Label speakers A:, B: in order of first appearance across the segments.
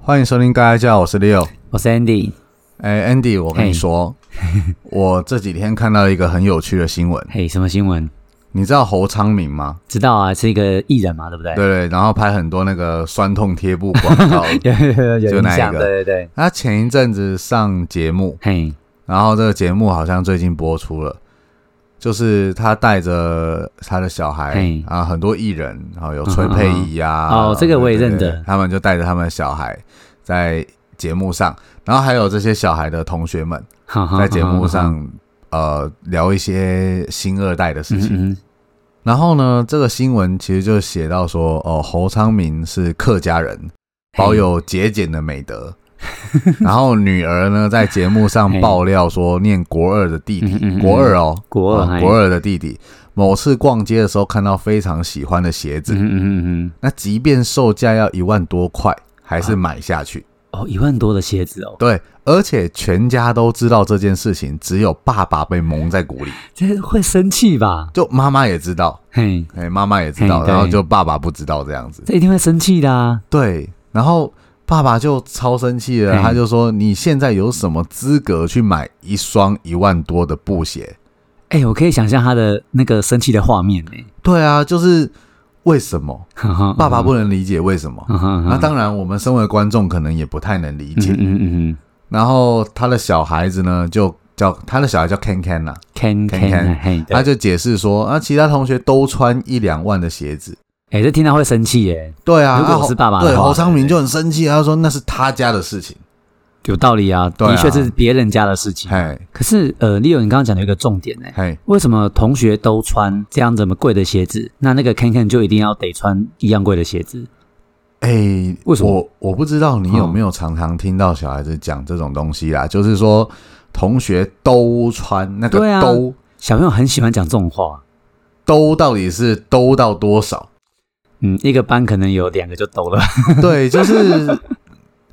A: 欢迎收听《盖盖叫》，我是 Leo。
B: 我是 Andy，
A: 哎，Andy，我跟你
B: 嘿
A: 说， 我这几天看到一个很有趣的新闻。
B: 嘿什么新闻？
A: 你知道侯昌明吗？
B: 知道啊，是一个艺人嘛，对不对？
A: 对对，然后拍很多那个酸痛贴布广 告。
B: 有有有
A: 就
B: 印
A: 那一
B: 象，
A: 个
B: 对对对，
A: 他前一阵子上节目，
B: 嘿，
A: 然后这个节目好像最近播出了，就是他带着他的小孩
B: 嘿
A: 啊，很多艺人，然后有崔佩仪啊，
B: 嗯嗯嗯哦这个我也
A: 对
B: 认得
A: 对对他们就带着他们的小孩在节目上，然后还有这些小孩的同学们。
B: 哈哈
A: 在节目，
B: 哈哈哈哈
A: 上呃聊一些新二代的事
B: 嗯
A: 情。
B: 嗯，嗯
A: 然后呢，这个新闻其实就写到说，哦，侯昌明是客家人，保有节俭的美德。 然后女儿呢，在节目上
B: 嘿
A: 爆料说，念国二的弟
B: 嗯
A: 弟，
B: 嗯嗯
A: 国二哦，
B: 国二
A: 啊
B: 嘿
A: 国二的弟弟，某次逛街的时候看到非常喜欢的鞋
B: 嗯
A: 子，
B: 嗯嗯嗯嗯，
A: 那即便售价要一万多块，还
B: 啊
A: 是买下去。
B: 哦，一万多的鞋子哦，
A: 对，而且全家都知道这件事情，只有爸爸被蒙在鼓里。
B: 这会生气吧？
A: 就妈妈也知道，
B: 嘿，
A: 哎、妈妈也知道，
B: 嘿对
A: 然后就爸爸不知道这样子，
B: 这一定会生气的啊！
A: 对，然后爸爸就超生气了，
B: 嘿
A: 他就说：“你现在有什么资格去买一双一万多的布鞋
B: 哎，我可以想象他的那个生气的画面呢。？”
A: 对啊，就是为什么
B: 哈哈
A: 爸爸，不能理解为什么？
B: 哈哈
A: 那
B: 哈哈
A: 当然，我们身为观众可能也不太能理
B: 嗯
A: 解。
B: 嗯嗯嗯
A: 然后他的小孩子呢，就叫他的小孩叫 Ken Ken 啦、
B: ，can
A: Can- Can
B: can，嘿，对
A: 他就解释说：“啊，其他同学都穿一两万的鞋子，
B: 哎，这听到会生气耶，
A: 对啊，
B: 如果
A: 啊
B: 我
A: 侯
B: 是爸爸的
A: 对
B: 话哎
A: 侯昌明就很生气，他说那是他家的事情，
B: 有道理啊，
A: 对啊
B: 的确是别人家的事情。
A: 嘿，
B: 可是，呃，Leo，你刚刚讲的一个重点呢，
A: 嘿，
B: 为什么同学都穿这样这么贵的鞋子，那那个 Ken Ken 就一定要得穿一样贵的鞋子？
A: 哎，
B: 为什么
A: 我我不知道你有没有常常听到小孩子讲这种东
B: 嗯
A: 西啦，就是说同学都穿那
B: 对
A: 个
B: 啊
A: 都、
B: 小朋友很喜欢讲这种话。
A: 都到底是都到多 少？
B: 嗯，一个班可能有两个就抖了。
A: 对，就是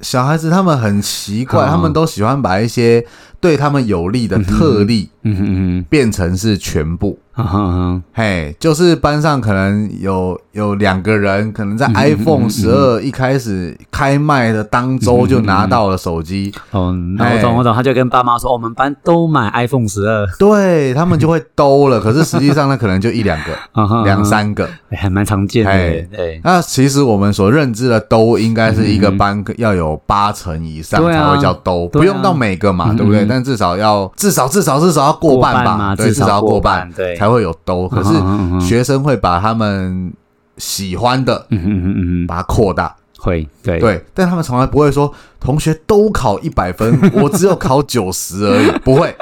A: 小孩子他们很奇怪，
B: 嗯
A: 他们都喜欢把一些对他们有利的特例
B: 嗯哼嗯啊
A: 变成是全部。
B: 哼，哼哼，
A: 嘿就是班上可能有有两个人，可能在
B: 嗯嗯嗯
A: iPhone
B: 嗯
A: 十二一开始开卖的当周就拿到了手机，
B: 哦，那我
A: 哎
B: 懂我懂，他就跟爸妈说，哦我们班都买 iPhone 十二，
A: 对他们就会兜 了。可是实际上呢，可能就一两个、
B: 嗯哼
A: 两，三个。
B: 嗯哼哎还蛮常见
A: 哎
B: 的。对，
A: 那其实我们所认知的兜，应该是一个班要有八成以上
B: 对
A: 才
B: 啊
A: 会叫兜，
B: 对啊
A: 不用到每个嘛，
B: 嗯嗯
A: 对不对？
B: 嗯
A: 但至少要至少至少至少要过半
B: 过
A: 吧，
B: 半嘛
A: 对，至
B: 至少
A: 要过
B: 过半对
A: 才会有兜。可
B: 嗯哼嗯
A: 是
B: 哼
A: 学生会把他们喜欢的
B: 嗯哼嗯哼嗯哼，
A: 把它扩大。
B: 会，对，
A: 对，但他们从来不会说同学都考一百分，我只有考九十而已，不会，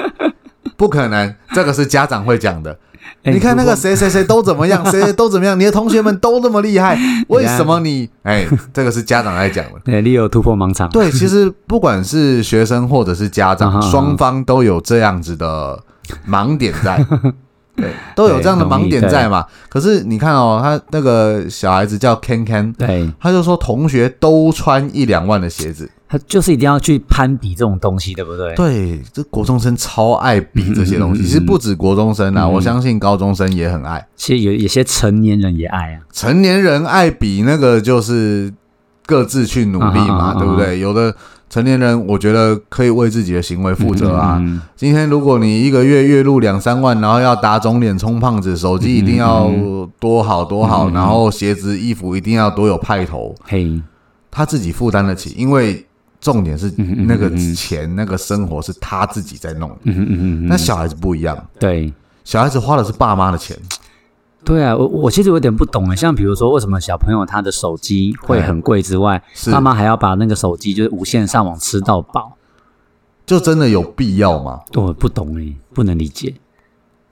A: 不可能，这个是家长会讲的。
B: 哎
A: 你看那
B: 如果
A: 个谁谁谁都怎么样，谁谁都怎么样，你的同学们都那么厉 害，为什么你？哎，这个是家长在讲的。
B: 对 Leo 突破盲场，
A: 对，其实不管是学生或者是家长，
B: 嗯哼
A: 双方都有这样子的盲点 在，对，都有这样的
B: 对同
A: 盲
B: 意
A: 点
B: 对
A: 在嘛。可是你看哦，他那个小孩子叫 Ken Ken，
B: 对，
A: 他就说同学都穿一两万的鞋子，
B: 他就是一定要去攀比这种东西，对不对？
A: 对，这国中生超爱比这些东西。
B: 嗯嗯嗯嗯
A: 其实不止国中生啊，
B: 嗯
A: 我相信高中生也很爱，
B: 其实有有些成年人也爱啊，
A: 成年人爱比那个就是各自去努力嘛，
B: 啊啊啊啊
A: 对不对？有的成年人我觉得可以为自己的行为负责啊。
B: 嗯，嗯嗯
A: 今天如果你一个月月入两三万，然后要打肿脸充胖子，手机一定
B: 嗯
A: 要多好多好，
B: 嗯嗯嗯
A: 然后鞋子衣服一定要多有派头。
B: 嘿，
A: 他自己负担得起，因为重点是
B: 嗯嗯嗯
A: 那个
B: 嗯
A: 钱、那个生活是他自己在弄的。
B: 嗯嗯嗯嗯，
A: 那小孩子不一样，
B: 对。
A: 小孩子花的是爸妈的钱，
B: 对啊，我我其实有点不懂诶，欸像比如说，为什么小朋友他的手机会很贵之外，
A: 哎是
B: 爸妈还要把那个手机就是无限上网吃到饱？
A: 就真的有必要吗？
B: 我不懂诶，不能理解，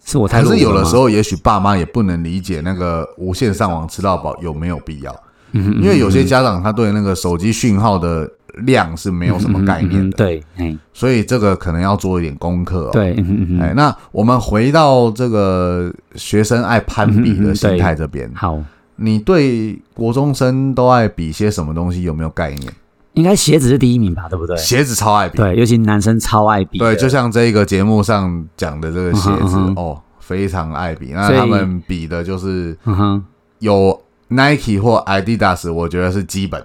B: 是我太
A: 可
B: 弱
A: 是有
B: 了
A: 的
B: 吗
A: 时，候，也许爸妈也不能理解那个无线上网吃到饱有没有必要，
B: 嗯
A: 因为有些家长他对那个手机讯号的量是没有什么概念
B: 嗯嗯嗯
A: 的，
B: 对，哎，
A: 所以这个可能要做一点功课哦。
B: 对，嗯嗯
A: 哎，
B: 嗯，
A: 那我们回到这个学生爱攀比
B: 嗯嗯
A: 的
B: 嗯
A: 心
B: 对
A: 态这边，
B: 好，
A: 你对国中生都爱比些什么东西有没有概念？
B: 应该鞋子是第一名吧，对不对？
A: 鞋子超爱比，
B: 对，尤其男生超爱比的，
A: 对，就像这个节目上讲的这个鞋
B: 嗯
A: 子
B: 哼嗯哼
A: 哦，非常爱比。那
B: 所以
A: 他们比的就是
B: 嗯哼，
A: 有 Nike 或 Adidas，我觉得是基本。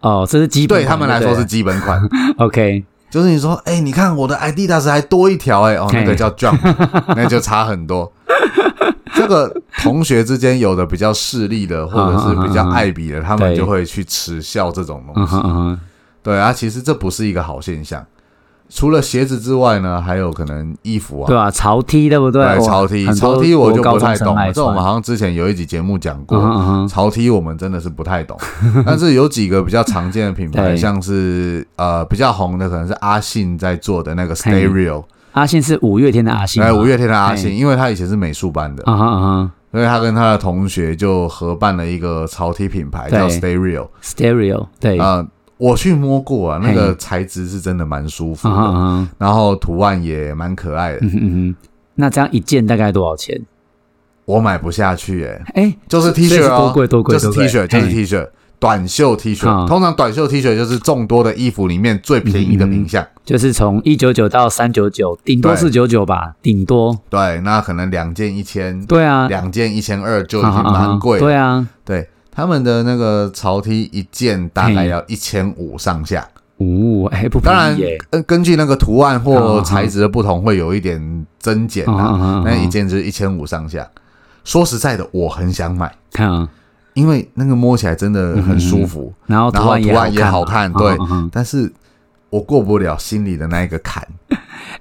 B: 哦，这是基本
A: 对
B: 款
A: 他们来说
B: 对
A: 是基本款。
B: 了 OK，
A: 就是你说，哎、你看我的 Adidas 还多一条、哎，哦，那个
B: 嘿
A: 叫 Jump，那就差很多。这个同学之间有的比较势利的，或者是比较爱比 的，他们
B: 对
A: 就会去耻笑这种东
B: 嗯
A: 西
B: 哼。嗯哼，
A: 对啊，其实这不是一个好现象。除了鞋子之外呢，还有可能衣服
B: 对
A: 啊，
B: 啊，潮 T 对不对？哇
A: 潮 T，
B: 很多
A: 潮 T 我就
B: 国
A: 不
B: 高中
A: 太
B: 生
A: 懂啊
B: 爱
A: 了。这我们
B: 穿
A: 好像之前有一集节目讲
B: 嗯哼
A: 过，
B: 嗯哼
A: 潮 T 我们真的是不太 懂。但是有几个比较常见的品牌，
B: 对
A: 像是呃比较红的，可能是阿信在做的那个
B: 嘿
A: Stereo，
B: 阿信是五月天的阿信吗，
A: 哎，五月天的阿信，
B: 嘿
A: 因为他以前是美术班的，
B: 啊哈啊
A: 所以他跟他的同学就合办了一个潮 T 品牌
B: 对
A: 叫 Stereo。
B: 哈，Stereo 对，啊
A: 啊，我去摸过啊，那
B: 嘿
A: 个材质是真的蛮舒服
B: 哈啊
A: 的，
B: 哈，
A: 然后图案也蛮可爱的
B: 嗯。哼嗯哼，那这样一件大概多少钱？
A: 我买不下去哎，
B: 哎，
A: 就是 T
B: 所以
A: 恤
B: 是
A: 哦，
B: 多贵多贵
A: 就是
B: 多
A: T
B: 贵
A: 恤，就是
B: 嘿
A: T 恤，短袖 T 恤。
B: 嗯
A: 通常短袖 T 恤就是众多的衣服里面最便宜的品项。
B: 就是从一九九到三九九，顶多
A: 对
B: 四九九吧，顶多。
A: 对，那可能两件一千，
B: 对啊，
A: 两件一千二就已
B: 啊
A: 经
B: 哈啊
A: 蛮
B: 哈
A: 贵了。
B: 对啊，
A: 对，他们的那个潮 T 一件大概
B: 嘿
A: 要一千五上下，
B: 哦，哎，不
A: 当然
B: 便宜耶，
A: 根根据那个图案
B: 嗯
A: 或
B: 嗯
A: 材质的不同，会有一点增减啊。
B: 啊
A: 那一件就是一千五上下。说实在的，我很想买，
B: 看啊，
A: 因为那个摸起来真的很舒服，
B: 然后
A: 然后图案也
B: 也
A: 好
B: 好
A: 看，
B: 看嘛，
A: 对
B: 啊哈啊哈。
A: 但是我过不了心里的那一个坎，
B: 哎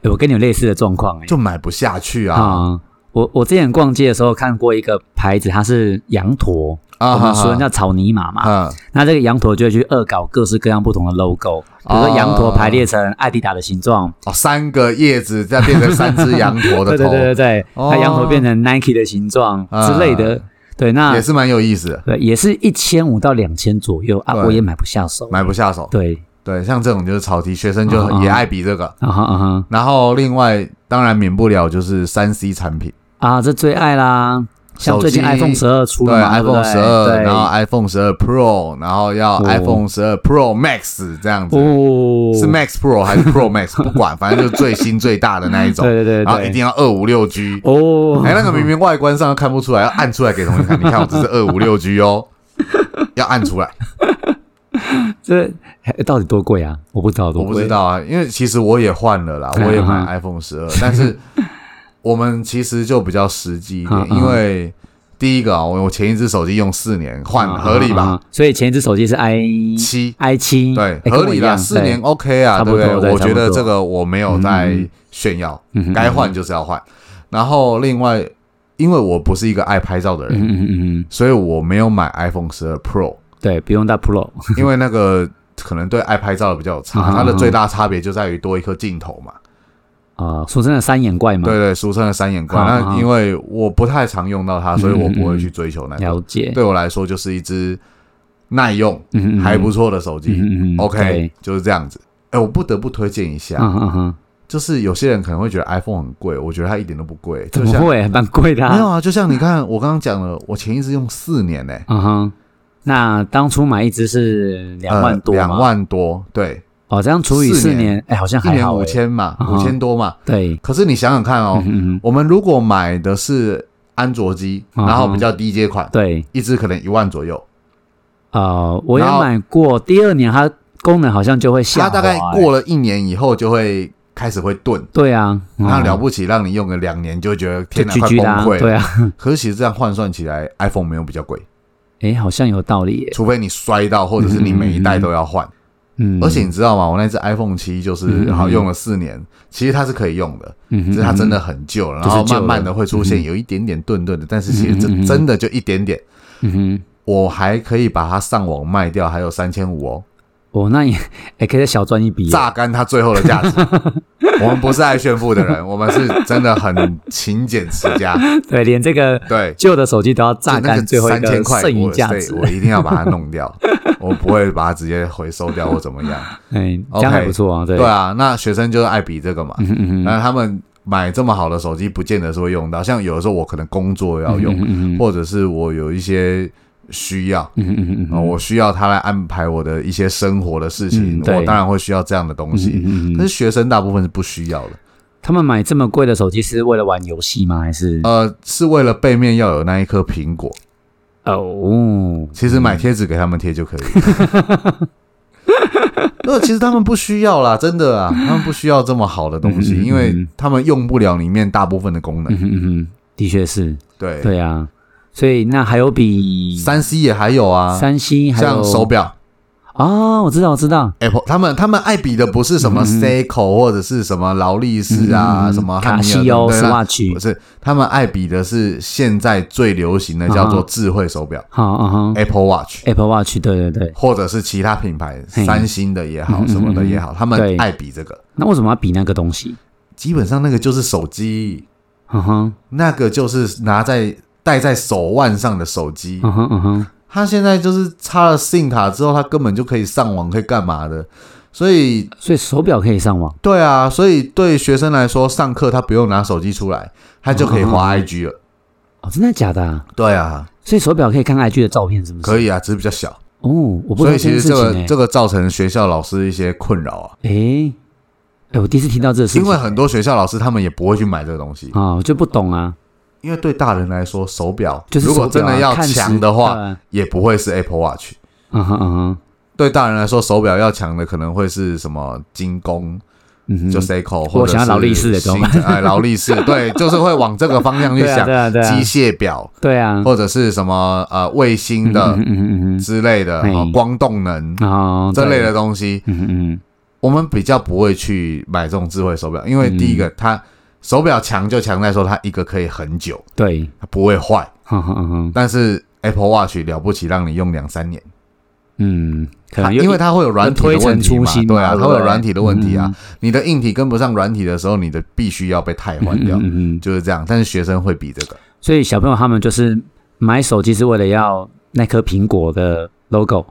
B: 我跟你有类似的状况，哎，
A: 就买不下去啊
B: 啊。我我之前逛街的时候看过一个牌子，它是羊驼，
A: 啊！
B: 我们俗
A: 说
B: 人叫草泥马嘛。
A: 啊，
B: 那这个羊驼就会去恶搞各式各样不同的 logo，比如说羊驼排列成艾迪达的形状，
A: 哦，三个叶子再变成三只羊驼的
B: 对对对对
A: 头，
B: 对，
A: 哦
B: 那羊驼变成 Nike 的形状之类的
A: 啊，
B: 对，那
A: 也是蛮有意思的，
B: 对，也是一千五到两千左右啊，
A: 对
B: 我也买不下手。
A: 买不下手。
B: 对，
A: 对，像这种就是草题，学生就
B: 嗯嗯
A: 也爱比这个。
B: 啊哈啊哈
A: 然后另外当然免不了就是三 C 产品，
B: 啊，这最爱啦，像最近
A: 手机
B: iPhone 十二出
A: 对
B: 了嘛，对不
A: iPhone
B: 对
A: 十二，
B: 对
A: 然后 iPhone 十二 Pro，然后要
B: 哦
A: iPhone 十二 Pro Max 这样子，
B: 哦，
A: 是 Max Pro 还是 Pro Max 不管，反正就是最新最大的那一 种，
B: 对对对对
A: 然后一定要二五六 G。
B: 哦，
A: 哎，那个明明外观上看不出来，要按出来给同学看。你看，我这是二五六 G 哦， 要按出来。
B: 这哎到底多贵啊？我不知道多
A: 我
B: 贵，
A: 不知道啊，因为其实我也换了啦，
B: 嗯
A: 我也买
B: 嗯
A: iPhone 十二，但 是我们其实就比较实际一
B: 嗯
A: 点，
B: 嗯
A: 因为第一个啊，我我前一只手机用四年，换
B: 啊，
A: 合理
B: 啊
A: 吧？
B: 啊所以前一只手机是 i
A: 七
B: i 七，
A: 对，
B: 嗯哎
A: 合理啦，四年，OK 啊，
B: 差不
A: 对不
B: 多
A: 对？
B: 对
A: 我觉
B: 差
A: 得
B: 不多
A: 这个我没有在
B: 嗯
A: 炫耀
B: 嗯哼，
A: 该换就是要换。然后另外，因为我不是一个爱拍照的
B: 跟我一样
A: 人，
B: 对嗯嗯嗯嗯，
A: 所以我没有买 iPhone 十二 Pro，
B: 对，不用到 Pro，
A: 因为那个可能对爱拍照的比较有差，
B: 嗯嗯
A: 它的
B: 嗯
A: 最大差别就在于多一颗镜头嘛。
B: 啊，说真的，三眼怪嘛，
A: 对对，俗称的三眼怪。
B: 好
A: 那
B: 好
A: 因为我不太常用到它，所以我不会去追求那个。
B: 嗯了解，
A: 对我来说，就是一只耐用、
B: 嗯，嗯嗯
A: 还不错的手机。
B: 嗯嗯嗯
A: OK，
B: 对
A: 就是这样子。哎，我不得不推荐一下，
B: 嗯嗯嗯，
A: 就是有些人可能会觉得 iPhone 很贵，我觉得它一点都不贵。
B: 怎
A: 就
B: 么
A: 像
B: 会蛮贵的啊？
A: 没有啊，就像你看，我刚刚讲了，我前一支用四年呢，
B: 嗯哼，那当初买一只是两万多、
A: 呃两，万多，对，
B: 哦，这样除以
A: 四
B: 四
A: 年
B: 年，哎、好像
A: 一
B: 还
A: 年
B: 好、
A: 五
B: 哎，
A: 千嘛，
B: 嗯
A: 五
B: 哼
A: 千多嘛。
B: 对，
A: 可是你想想看哦
B: 嗯，嗯，嗯
A: 我们如果买的是安卓机，
B: 嗯哼
A: 然后比较低阶款，
B: 对，
A: 一支可能一万左右，
B: 呃，我也
A: 然后
B: 买过，第二年它功能好像就会下
A: 它
B: 滑、
A: 大概
B: 哎，
A: 过了一年以后就会开始会顿，
B: 对啊，
A: 那了
B: 不
A: 不起让你用个两年就觉得
B: 就
A: 天哪快
B: GG
A: 崩
B: 啦、
A: 溃
B: 对
A: 了。
B: 啊，
A: 可是其实这样换算起来，iPhone 没有比较贵，
B: 哎、好像有道理、耶
A: 除非你摔到或者是你每一代都要换。
B: 嗯，
A: 而且你知道吗？我那只 iPhone 七就是
B: 嗯嗯
A: 好用了四年，其实它是可以用的，
B: 嗯哼，
A: 只
B: 只
A: 是它真的很旧了，然
B: 就是
A: 后
B: 旧
A: 慢
B: 了
A: 慢的会出现有一点点顿顿的，但是其实这
B: 嗯嗯嗯
A: 真的就一点点。
B: 嗯哼，
A: 我还可以把它上网卖掉，还有三千五哦，
B: 哦，那也，哎、可以再小赚一笔耶，
A: 榨干它最后的价值。我们不是爱炫富的人，我们是真的很勤俭持家。
B: 对，连这个
A: 对，
B: 旧的手机都要榨
A: 就那
B: 干最后一
A: 三千
B: 个
A: 块，
B: 剩余
A: 我
B: 价
A: 对
B: 值，
A: 我一定要把它弄掉，我不会把它直接回收掉或怎么样。
B: 哎、这样还
A: OK，
B: 不错啊，对，
A: 对啊，那学生就是爱比这个嘛，
B: 嗯哼嗯哼，
A: 那他们买这么好的手机，不见得是会用到。像有的时候我可能工作要用，
B: 嗯哼嗯哼
A: 或者是我有一些需要。
B: 嗯哼嗯哼嗯
A: 啊，
B: 哼，
A: 我需要它来安排我的一些生活的事情，
B: 嗯对
A: 我当然会需要这样的东西。
B: 嗯嗯嗯嗯
A: 可是学生大部分是不需要的，
B: 他们买这么贵的手机是为了玩游戏吗？还是
A: 呃，是为了背面要有那一颗苹果。
B: 哦，
A: 其实买贴纸给他们贴就可以了。那其实他们不需要啦，真的啊，他们不需要这么好的东西，
B: 嗯嗯嗯
A: 因为他们用不了里面大部分的功能。
B: 嗯哼嗯哼，的确是，
A: 对，
B: 对啊，所以那还有比
A: 三 C 也还有啊，
B: 三星还
A: 像
B: 有
A: 手表。
B: 啊，我知道我知道，
A: Apple，他们他们爱比的不是什么 Seiko 或者是什么劳力士啊，
B: 嗯
A: 什么汉密
B: 卡
A: 尔顿
B: 西欧
A: 对啦
B: Swatch，
A: 不是，他们爱比的是现在最流行的叫做智慧手表、
B: 好啊哈
A: Apple Watch，
B: 啊，Apple Watch，对对对，
A: 或者是其他品牌，
B: 嘿
A: 三星的也
B: 嗯
A: 好，
B: 嗯
A: 什么的也好，他
B: 对
A: 们爱比这个。
B: 那为什么要比那个东西？
A: 基本上那个就是手机，
B: 嗯哼，
A: 那个就是拿在戴在手腕上的手机。
B: 嗯哼嗯哼，
A: 它现在就是插了 SIM 卡之后，它根本就可以上网，可以干嘛的。所以
B: 所以手表可以上网
A: 对啊，所以对学生来说，上课他不用拿手机出来，他就可以
B: 嗯
A: 滑 IG 了。
B: 哦，真的假的、啊？
A: 对啊，
B: 所以手表可以看 IG 的照片，是不是？
A: 可
B: 以
A: 以啊，只是比较小，
B: 哦，我不知
A: 所
B: 道
A: 以
B: 这
A: 其
B: 件
A: 实
B: 事
A: 这
B: 情
A: 个、
B: 哎、
A: 这个造成学校老师一些困扰啊，
B: 诶诶我第一次听到这个事情，
A: 因为很多学校老师他们也不会去买这个东西，
B: 啊、我就不懂啊，
A: 因为对大人来说，手表
B: 就是
A: 如果
B: 手表
A: 真
B: 啊
A: 的要
B: 看时
A: 强的话，
B: 对啊
A: 也不会是 Apple Watch。
B: 嗯哼嗯哼，
A: 对大人来说，手表要强的可能会是什么精工，
B: 嗯哼，
A: 就 Seiko，或者
B: 想要
A: 是
B: 劳力士的
A: 新
B: 懂吗
A: 哎，劳力士，对， 就是会往这个方向去
B: 对啊
A: 想
B: 对，啊对啊
A: 机械表
B: 对啊，
A: 或者是什么呃卫星的
B: 嗯哼嗯哼
A: 之类的，
B: 嘿
A: 哦光动能
B: 嗯哼，哦，
A: 这
B: 对
A: 类的，东西，
B: 嗯哼嗯哼，
A: 我们比较不会去买这种智慧手表，因为
B: 嗯
A: 第一个它手表强就强在说它一个可以很久，
B: 对，
A: 它不会坏，
B: 嗯哼嗯哼，
A: 但是 Apple Watch 了不起让你用两三年，
B: 嗯，可
A: 它
B: 能又
A: 因为它会有软体的问题
B: 推陈出
A: 嘛
B: 新，嘛
A: 对啊，
B: 对不
A: 它
B: 对
A: 会有软体的问题啊
B: 嗯，
A: 你的硬体跟不上软体的时候，你的必须要被汰换掉
B: 嗯，嗯嗯，
A: 就是这样。但是学生会比这个，
B: 所以小朋友他们就是买手机是为了要那颗苹果的 logo，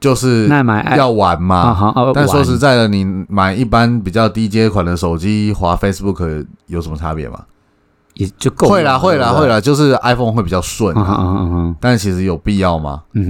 A: 就是
B: 那买 i-
A: 要玩嘛，
B: 啊好啊，
A: 但说
B: 玩
A: 实在的，你买一般比较低阶款的手机，滑 Facebook 有什么差别吗？
B: 也就够
A: 会啦，会啦，会
B: 啦，
A: 啦，就是 iPhone 会比较顺
B: 嗯哼
A: 啊，
B: 嗯哼嗯哼。
A: 但其实有必要吗？
B: 嗯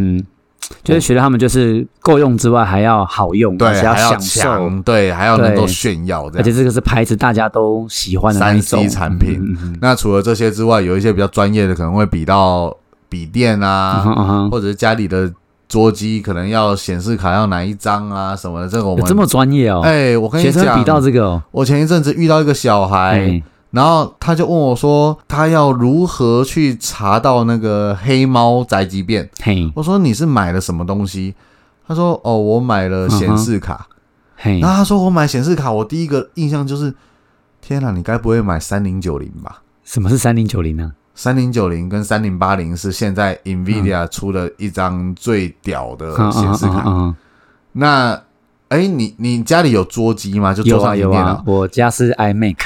B: 哼，就是学的他们就是够用之外还要好用，
A: 对
B: 而，且
A: 还要
B: 享受，
A: 强，对，还要能够
B: 对
A: 炫耀这
B: 而且
A: 样。
B: 这个是牌子大家都喜欢的那一种
A: 3C 产品
B: 嗯哼
A: 那除了这些之外，有一些比较专业的，可能会比到笔电
B: 嗯
A: 啊，
B: 哼嗯哼，
A: 或者是家里的桌机，可能要显示卡要哪一张啊什么的。这个我
B: 有这
A: 们，
B: 么专业哦，
A: 哎，我跟你
B: 学生会比到
A: 讲，
B: 这个哦，
A: 我前一阵子遇到一个小孩，
B: 哎，
A: 然后他就问我说，他要如何去查到那个黑猫宅急便？
B: 嘿，
A: 我说你是买了什么东西？他说哦，我买了显示卡。
B: 嘿
A: 然，后他说我买显示卡，我第一个印象就是，天哪，你该不会买三零九零吧？
B: 什么是三零九零呢？
A: 三零九零跟三零八零是现在 NVIDIA 出的一张最屌的
B: 嗯
A: 呃显示卡。
B: 嗯嗯嗯
A: 那哎，你你家里有桌机吗？就
B: 有
A: 桌
B: 啊
A: 上型
B: 有
A: 电脑
B: 啊。，我家是 iMac，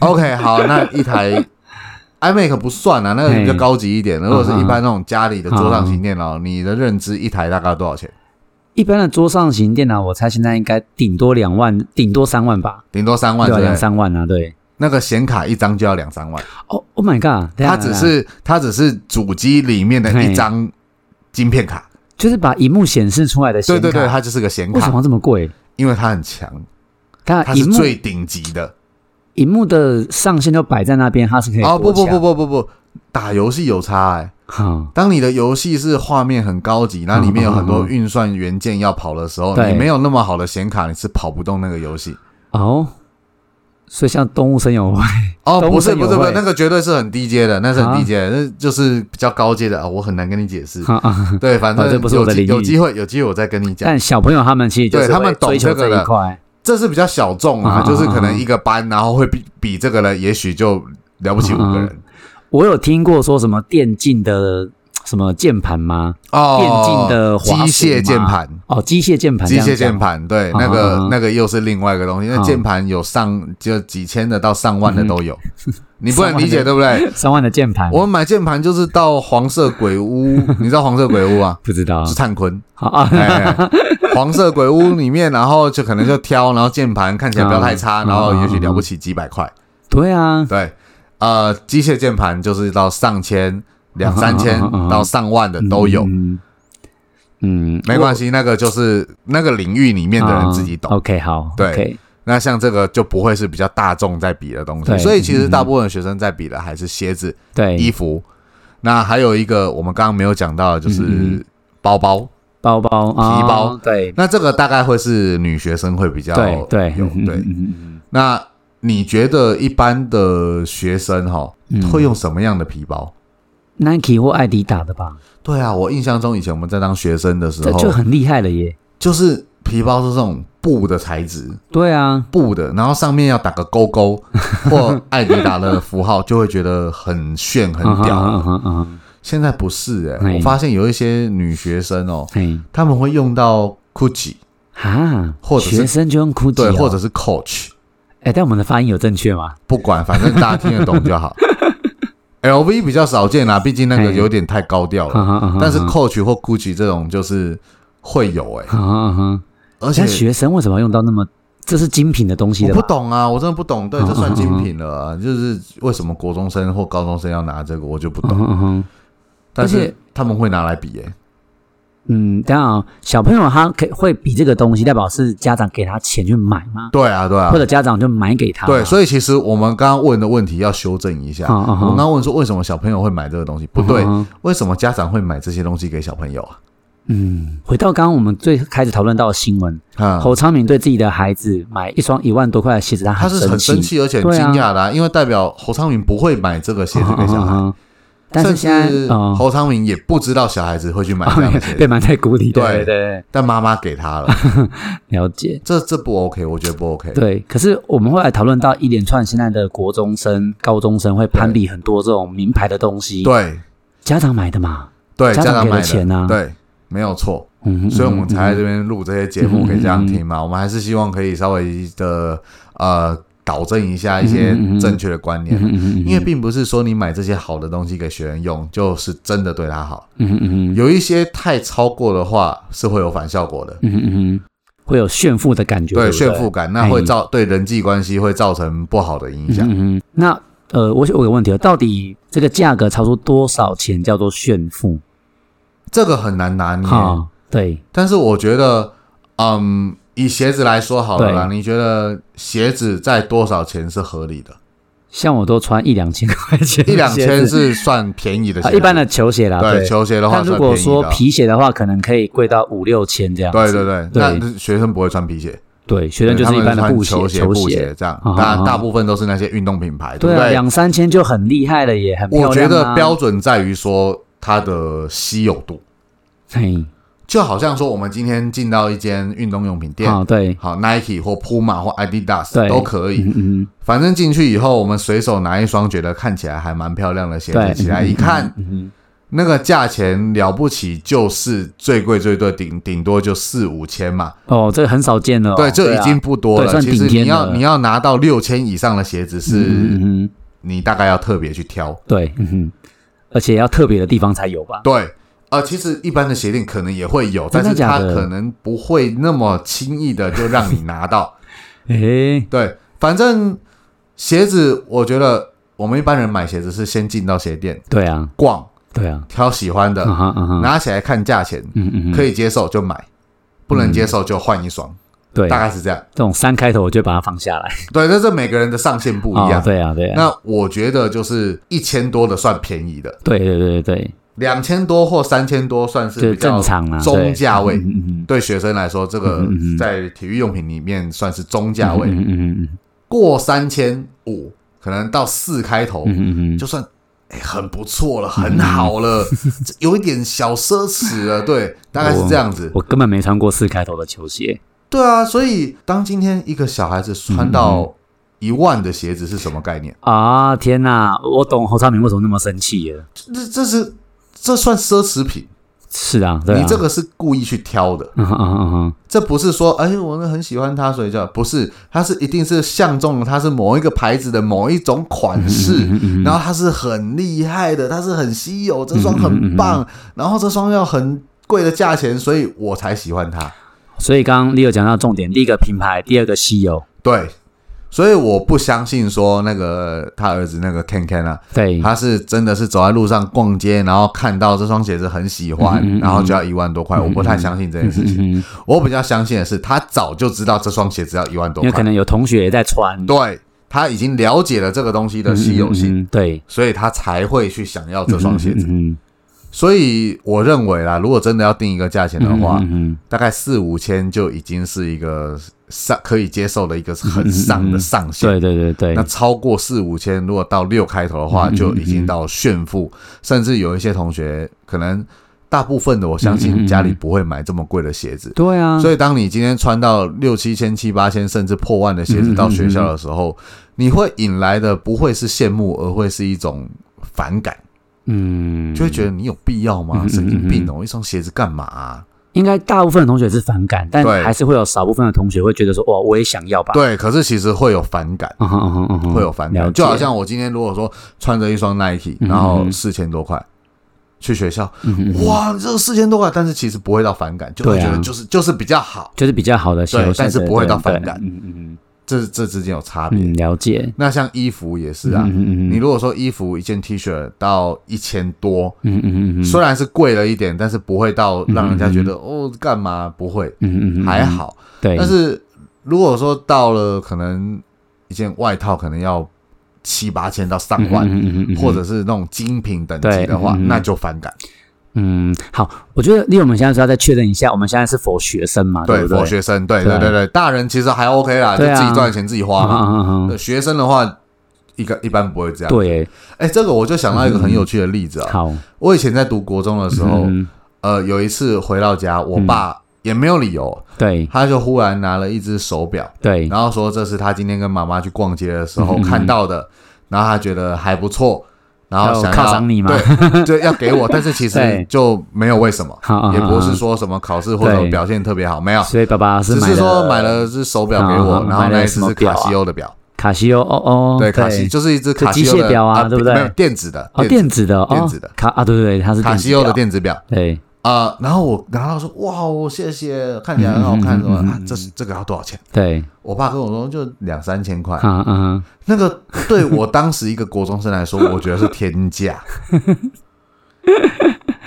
A: OK，好，那一 台 iMac 不算啊，那个比较高级一
B: 嗯
A: 点。如果是一般那种家里的桌上型电脑，你的认知一台大概多少钱？
B: 一般的桌上型电脑，我猜现在应该顶多两万，顶多三万吧，
A: 顶多三万，
B: 对啊，
A: 对
B: 两
A: 不对？
B: 三万啊，对。
A: 那个显卡一张就要两三万，
B: 哦，Oh my god！等一
A: 它
B: 下
A: 只
B: 等一下
A: 是它只是主机里面的一张晶片卡，
B: 就是把荧幕显示出来的显
A: 对
B: 卡，
A: 对对，它就是个显
B: 为什
A: 卡，
B: 么这么贵？
A: 因为它很强，
B: 它
A: 它
B: 荧
A: 是
B: 幕
A: 最顶级的。
B: 荧幕的上限就摆在那边，它是可以
A: 哦，不不不不
B: 不，
A: 不不，打游戏有差哎。
B: 好，
A: 当你的游戏是画面很高级，那里面有
B: 嗯
A: 很多运算元件要跑的时候，
B: 对
A: 你没有那么好的显卡，你是跑不动那个游戏。
B: 哦，所以像动物森 友会，
A: 哦，
B: 动物
A: 不是
B: 森
A: 不
B: 友
A: 是不是
B: 会，啊
A: 那个绝对是很低阶的，那是很低阶的，那就是比较高阶的啊，我很难跟你解释。
B: 哈啊
A: 对，反
B: 哦
A: 正
B: 这不是我
A: 有
B: 的
A: 机
B: 领域
A: 有机会有机会我再跟你讲。
B: 但小朋友他们其实就是
A: 对他们
B: 会追求
A: 懂这个
B: 这
A: 的
B: 一块，
A: 这是比较小众啊，
B: 嗯
A: 就是可能一个班，然后会比比这个人，也许就了不起五个人
B: 我有听过说什么电竞的什么键盘吗？
A: 哦，
B: 电竞啊的
A: 机
B: 滑鼠
A: 械
B: 吗
A: 键盘。
B: 哦，机械键盘，
A: 机械键，盘，对，
B: 嗯
A: 那
B: 嗯
A: 个
B: 嗯
A: 那个又是另外一个东西。那
B: 嗯
A: 键盘有上就几千的到上万的都 有，你不能理解，
B: 上万的啊
A: 对不 对？
B: 三万的键盘，
A: 我们买键盘就是到黄色鬼屋，你知道黄色鬼屋 啊？
B: 不知道
A: 是灿坤，
B: 好啊，
A: 哎，黄色鬼屋里面，然后就可能就挑，然后键盘看起来不要太差，
B: 嗯
A: 然后也许了不起几百块，
B: 对啊，
A: 对，呃，机械键盘就是到上千、两三千
B: 嗯嗯嗯嗯
A: 到上万的都有，
B: 嗯，嗯，
A: 没关系，那个就是那个领域里面的人自己懂。
B: 哦 OK，好，
A: 对
B: OK
A: 那像这个就不会是比较大众在比的东
B: 对嗯
A: 西，所以其实大部分学生在比的还是鞋子、
B: 对，
A: 衣服，那还有一个我们刚刚没有讲到的就
B: 嗯嗯
A: 是包包，
B: 包包啊，
A: 皮包
B: 对
A: 那这个大概会是女学生会比较
B: 对对
A: 有
B: 嗯
A: 对
B: 嗯。嗯嗯
A: 那你觉得一般的学生哈
B: 嗯
A: 会用什么样的皮包？
B: Nike 或艾迪达的吧，
A: 对啊，我印象中以前我们在当学生的时
B: 这
A: 候，
B: 就很厉害了耶。
A: 就是皮包是这种布的材质，
B: 对啊，
A: 布的，然后上面要打个勾勾 或艾迪达的符号，就会觉得很炫很屌。
B: 嗯哼嗯哼嗯哼，
A: 现在不是哎、
B: 嘿
A: 我发现有一些女学生哦，
B: 嘿
A: 她们会用到
B: 啊
A: Gucci，
B: 哈，
A: 或者是
B: 学生就用 Gucci，
A: 对，
B: 哦
A: 或者是 Coach，
B: 哎，但我们的发音有正确吗？
A: 不管，反正大家听得懂就 好。LV 比较少见啦，毕竟那个
B: 嘿
A: 有点太高调了。但
B: 但
A: 是 Coach 或 Gucci 这种就是会有 哎、而
B: 而
A: 且
B: 学生为什么要用到那么这是精品的东西
A: 我
B: 的
A: 不
B: 吧？
A: 懂啊，我真的不懂。对，
B: 嗯
A: 这算
B: 嗯
A: 精品了、啊，就是为什么国中生或高中生要拿这个，我就不
B: 嗯
A: 懂。
B: 哼嗯哼
A: 但
B: 而
A: 是
B: 且
A: 他们会拿来比欸耶、
B: 嗯，当然哦小朋友他可以会比这个东西，代表是家长给他钱去买吗？
A: 对啊，对啊
B: 或，者家长就买给他嘛？
A: 对。所以其实我们刚刚问的问题要修正一下。
B: 嗯嗯嗯
A: 我们刚刚问说为什么小朋友会买这个东西，不对，
B: 嗯
A: 为什么家长会买这些东西给小朋友啊？
B: 嗯，回到刚刚我们最开始讨论到的新闻，
A: 啊、
B: 侯昌明对自己的孩子买一双一万多块的鞋子，他
A: 他
B: 很
A: 是很生
B: 生，
A: 气，而且很
B: 对
A: 惊
B: 啊
A: 讶的、啊，因为代表侯昌明不会买这个鞋子给小孩。
B: 嗯嗯嗯嗯但是现在
A: 甚至
B: 哦
A: 侯昌明也不知道小孩子会去买这样的鞋
B: 被
A: 子，
B: 埋在鼓里，
A: 对
B: 对对，
A: 但妈妈给他了，
B: 了解。
A: 这这不 OK，我觉得不 OK。
B: 对，可是我们会来讨论到一连串现在的国中生、高中生会攀比很多这种名牌的东西，
A: 对
B: 家长买的嘛，
A: 对，
B: 家长
A: 家长
B: 给的
A: 买的
B: 钱啊
A: 对，没有错。
B: 嗯，
A: 所以我们才在
B: 嗯
A: 这边录这些节目给家长听嘛。我们还是希望可以稍微的呃导正一下一些
B: 嗯嗯嗯嗯
A: 正确的观
B: 嗯
A: 念，啊
B: 嗯嗯
A: 因为并不是说你买这些好的东西给学生用，就是真的对他好。
B: 嗯嗯嗯
A: 有一些太超过的话，是会有反效果的。
B: 嗯嗯嗯，会有炫富的感觉，
A: 对
B: 对不对嗯
A: 炫富感，那会造对人际关系会造成不好的影响。
B: 嗯嗯，那呃，我我有个问题哦，到底这个价格超出多少钱叫做炫富？
A: 这个很难拿捏。
B: 哈，对，
A: 但是我觉得，嗯，以鞋子来说好了啦，
B: 对
A: 你觉得鞋子在多少钱是合理的？
B: 像我都穿一两千块钱的
A: 一两千
B: 鞋子，
A: 是算便宜的鞋
B: 啊
A: 子，
B: 一般的球鞋啦，
A: 对球鞋的话
B: 但
A: 算
B: 如
A: 便宜
B: 果
A: 的。啊
B: 说皮鞋的话，可能可以贵到五六千这样子。
A: 对对对，
B: 对
A: 那学生不会穿皮鞋，
B: 对，学生就
A: 对他
B: 是一
A: 们
B: 般的
A: 穿
B: 布
A: 球
B: 鞋、球
A: 布鞋这样
B: 啊，啊
A: 大
B: 啊
A: 大部分都是那些运动品牌，
B: 对
A: 不
B: 啊，
A: 对？
B: 两三千就很厉害了耶，很漂
A: 我觉
B: 亮
A: 得
B: 啊。
A: 标准在于说它的稀有度，
B: 嘿，
A: 就好像说我们今天进到一间运动用品店，
B: 好对，
A: 好 Nike 或 Puma 或 Adidas
B: 啊对
A: 都可以，
B: 嗯嗯，
A: 反正进去以后，我们随手拿一双觉得看起来还蛮漂亮的鞋
B: 对
A: 子起来一看，
B: 嗯
A: 那个价钱了不起，就是最贵最贵顶顶多就四五千嘛，
B: 哦，这个很少见了哦，
A: 对，这已
B: 啊
A: 经不多
B: 对
A: 了。
B: 算
A: 其实
B: 顶
A: 你
B: 尖的
A: 要
B: 了
A: 你要拿到六千以上的鞋子，
B: 嗯
A: 是
B: 嗯嗯，
A: 你大概要特别去挑。
B: 对，嗯哼，而且要特别的地方才有吧？
A: 对，呃，其实一般的鞋店可能也会有，
B: 真
A: 但
B: 的
A: 是它
B: 假的
A: 可能不会那么轻易的就让你拿 到。
B: 诶，
A: 对，反正鞋子，我觉得我们一般人买鞋子是先进到鞋店
B: 对啊，
A: 逛，
B: 对啊，
A: 挑喜欢的
B: 嗯，哼嗯哼，
A: 拿起来看价钱，
B: 嗯嗯，
A: 呃可
B: 以，
A: 以接受就买，不能接受就换一双，
B: 对，
A: 大概是这样。
B: 这种三开头我就把它放下来，
A: 对，但是每个人的上限不一
B: 哦
A: 样。
B: 对啊，对啊，
A: 那我觉得就是一千多的算便宜的，
B: 对对对对对，
A: 两千多或三千多算是
B: 就
A: 比较
B: 正常啊，对
A: 中价位。
B: 嗯嗯嗯
A: 对学生来说，这个
B: 嗯嗯嗯
A: 在体育用品里面算是中
B: 嗯，
A: 价位，
B: 嗯嗯嗯嗯
A: 过三千五，可能到四开头，
B: 嗯嗯嗯，
A: 就算、哎很不错了，很好了，这有一点小奢侈了，对，大概是这样子。
B: 我根本没穿过四开头的球鞋。
A: 对啊，所以当今天一个小孩子穿
B: 嗯
A: 到一万的鞋子是什么概念？
B: 啊！天哪，我懂侯昌明为什么那么生气了。
A: 这这是这算奢侈品？
B: 是啊，对啊，
A: 你这，个是故意去挑的，
B: 嗯哼嗯哼嗯
A: 这不是说哎我很喜欢它，所以叫不是，它是一定是相中了它是某一个牌子的某一种款
B: 嗯
A: 式。
B: 哼，
A: 然后它是很厉害的，它是很稀有，这双
B: 嗯嗯嗯
A: 很
B: 嗯
A: 棒，然后这双要很贵的价钱，所以我才喜欢它。
B: 所以刚刚 Leo 讲到重点，第一个品牌，第二个稀有，
A: 对，所以我不相信说那个他儿子那个 Ken Ken 啊，
B: 对，
A: 他是真的是走在路上逛街，然后看到这双鞋子很喜欢，
B: 嗯嗯嗯
A: 然后就要一万多块。我不太相信这件事情，
B: 嗯嗯
A: 我比较相信的是他早就知道这双鞋子要一万多
B: 因为可
A: 块，
B: 能有同学也在穿
A: 对他已经了解了这个东西的稀有性，
B: 嗯嗯嗯嗯对，
A: 所以他才会去想要这双鞋子。
B: 嗯，嗯嗯嗯
A: 所以我认为啦，如果真的要定一个价钱的话，
B: 嗯嗯
A: 大概四五千就已经是一个上可以接受的一个很上的上限。
B: 嗯对对对对，
A: 那超过四五千，如果到六开头的话，
B: 嗯嗯
A: 就已经到炫富，甚至有一些同学可能大部分的，我相信家里不会买这么贵的鞋子。
B: 对啊，
A: 所以，当你今天穿到六七千、七八千，甚至破万的鞋
B: 嗯嗯
A: 子
B: 嗯
A: 到学校的时候，你会引来的不会是羡慕，而会是一种反感，
B: 嗯，
A: 就会觉得你有必要吗
B: 嗯？嗯
A: 神经病哦！一双鞋子干嘛啊？
B: 应该大部分的同学是反感，但
A: 对
B: 还是会有少部分的同学会觉得说，哇，我也想要吧。，
A: 对，可是其实会有反感。
B: 嗯哼嗯哼嗯哼，
A: 会有反
B: 了
A: 感。
B: 解
A: 就好像我今天如果说穿着一双 Nike，
B: 嗯
A: 然后
B: 嗯
A: 四千多块去学校，
B: 嗯哼嗯哼
A: 哇，这个四千多块，但是其实不会到反感，就会
B: 对啊
A: 觉得就是就是比较好，
B: 就是比较好的
A: 对
B: 鞋，
A: 但是不会到反感
B: 对嗯嗯
A: 这这之间有差
B: 嗯
A: 别。
B: 嗯，了解。
A: 那像衣服也是啊，
B: 嗯嗯嗯
A: 你如果说衣服一件 T 恤到一千多，
B: 嗯嗯嗯嗯，
A: 虽然是贵了一点，但是不会到让人家觉得哦干嘛不会，
B: 嗯嗯嗯
A: 还，好。
B: 对，
A: 但是如果说到了可能一件外套可能要七八千到上万，
B: 嗯嗯嗯嗯嗯嗯
A: 或者是那种精品等级的话，
B: 对嗯嗯嗯
A: 那就反感。
B: 嗯，好，我觉得因为我们现在是要再确认一下，我们现在是否学生嘛，
A: 对，
B: 不对？
A: 佛学生，对
B: 对
A: 对对对，大人其实还 OK 啦，就
B: 对啊
A: 自己赚钱自己花
B: 啊啊
A: 嘛。
B: 啊啊
A: 对学生的话，一个一般不会这样。，
B: 对，嗯
A: 哎，这个我就想到一个很有趣的例子啊。
B: 好，
A: 我以前在读国中的时候，
B: 嗯，
A: 呃，有一次回到家，我爸也没有理由，
B: 对
A: 他就忽然拿了一只手表，
B: 对，
A: 然后说这是他今天跟妈妈去逛街的时候
B: 嗯嗯嗯
A: 看到的，然后他觉得还不错，然后想要
B: 要犒赏你吗
A: 对， 就要给我，但是其
B: 对
A: 实就没有为什么
B: 好，
A: 也不
B: 好好
A: 是说什么考试或者
B: 对
A: 表现特别好，没有，
B: 所以爸爸是
A: 只
B: 买
A: 是说买了只手表给
B: 好好
A: 我
B: 好，
A: 然后
B: 买了
A: 那一
B: 什
A: 只
B: 么
A: 是
B: 表
A: 卡
B: 啊
A: 西欧的表，
B: 卡西欧，哦哦，
A: 对，卡西就是一只卡西欧
B: 就机械
A: 的
B: 表啊
A: 啊，
B: 对不对
A: 没有电子的，
B: 哦，电子的，哦
A: 电子的
B: 卡啊，对对对，它是
A: 卡西欧的电子表
B: 表，对，
A: 啊，然后我拿到说哇，我谢谢，看起来很好看，什么
B: 嗯嗯嗯嗯
A: 啊，这是这个要多少钱？
B: 对，
A: 我爸跟我说就两三千块，
B: 啊啊，
A: 那个对我当时一个国中生来说，我觉得是天 价，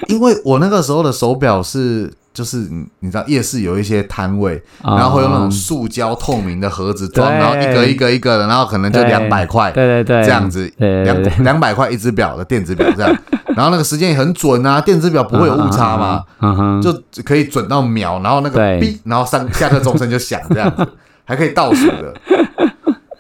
A: 因为我那个时候的手表是。就是你你知道夜市有一些摊位，然后会用那种塑胶透明的盒子装，
B: 哦对
A: 然后一个一个一个的，然后可能就
B: 对
A: 两百块
B: 对对对，
A: 这样子，
B: 哎对对
A: 两
B: 对
A: 两百块一只表的电子表这样， 然后那个时间也很准啊，电子表不会有误差嘛，
B: 嗯哼，
A: 就可以准到秒，然后那个
B: 对
A: 哔，然后上下课钟声就响，这样子还可以倒数的。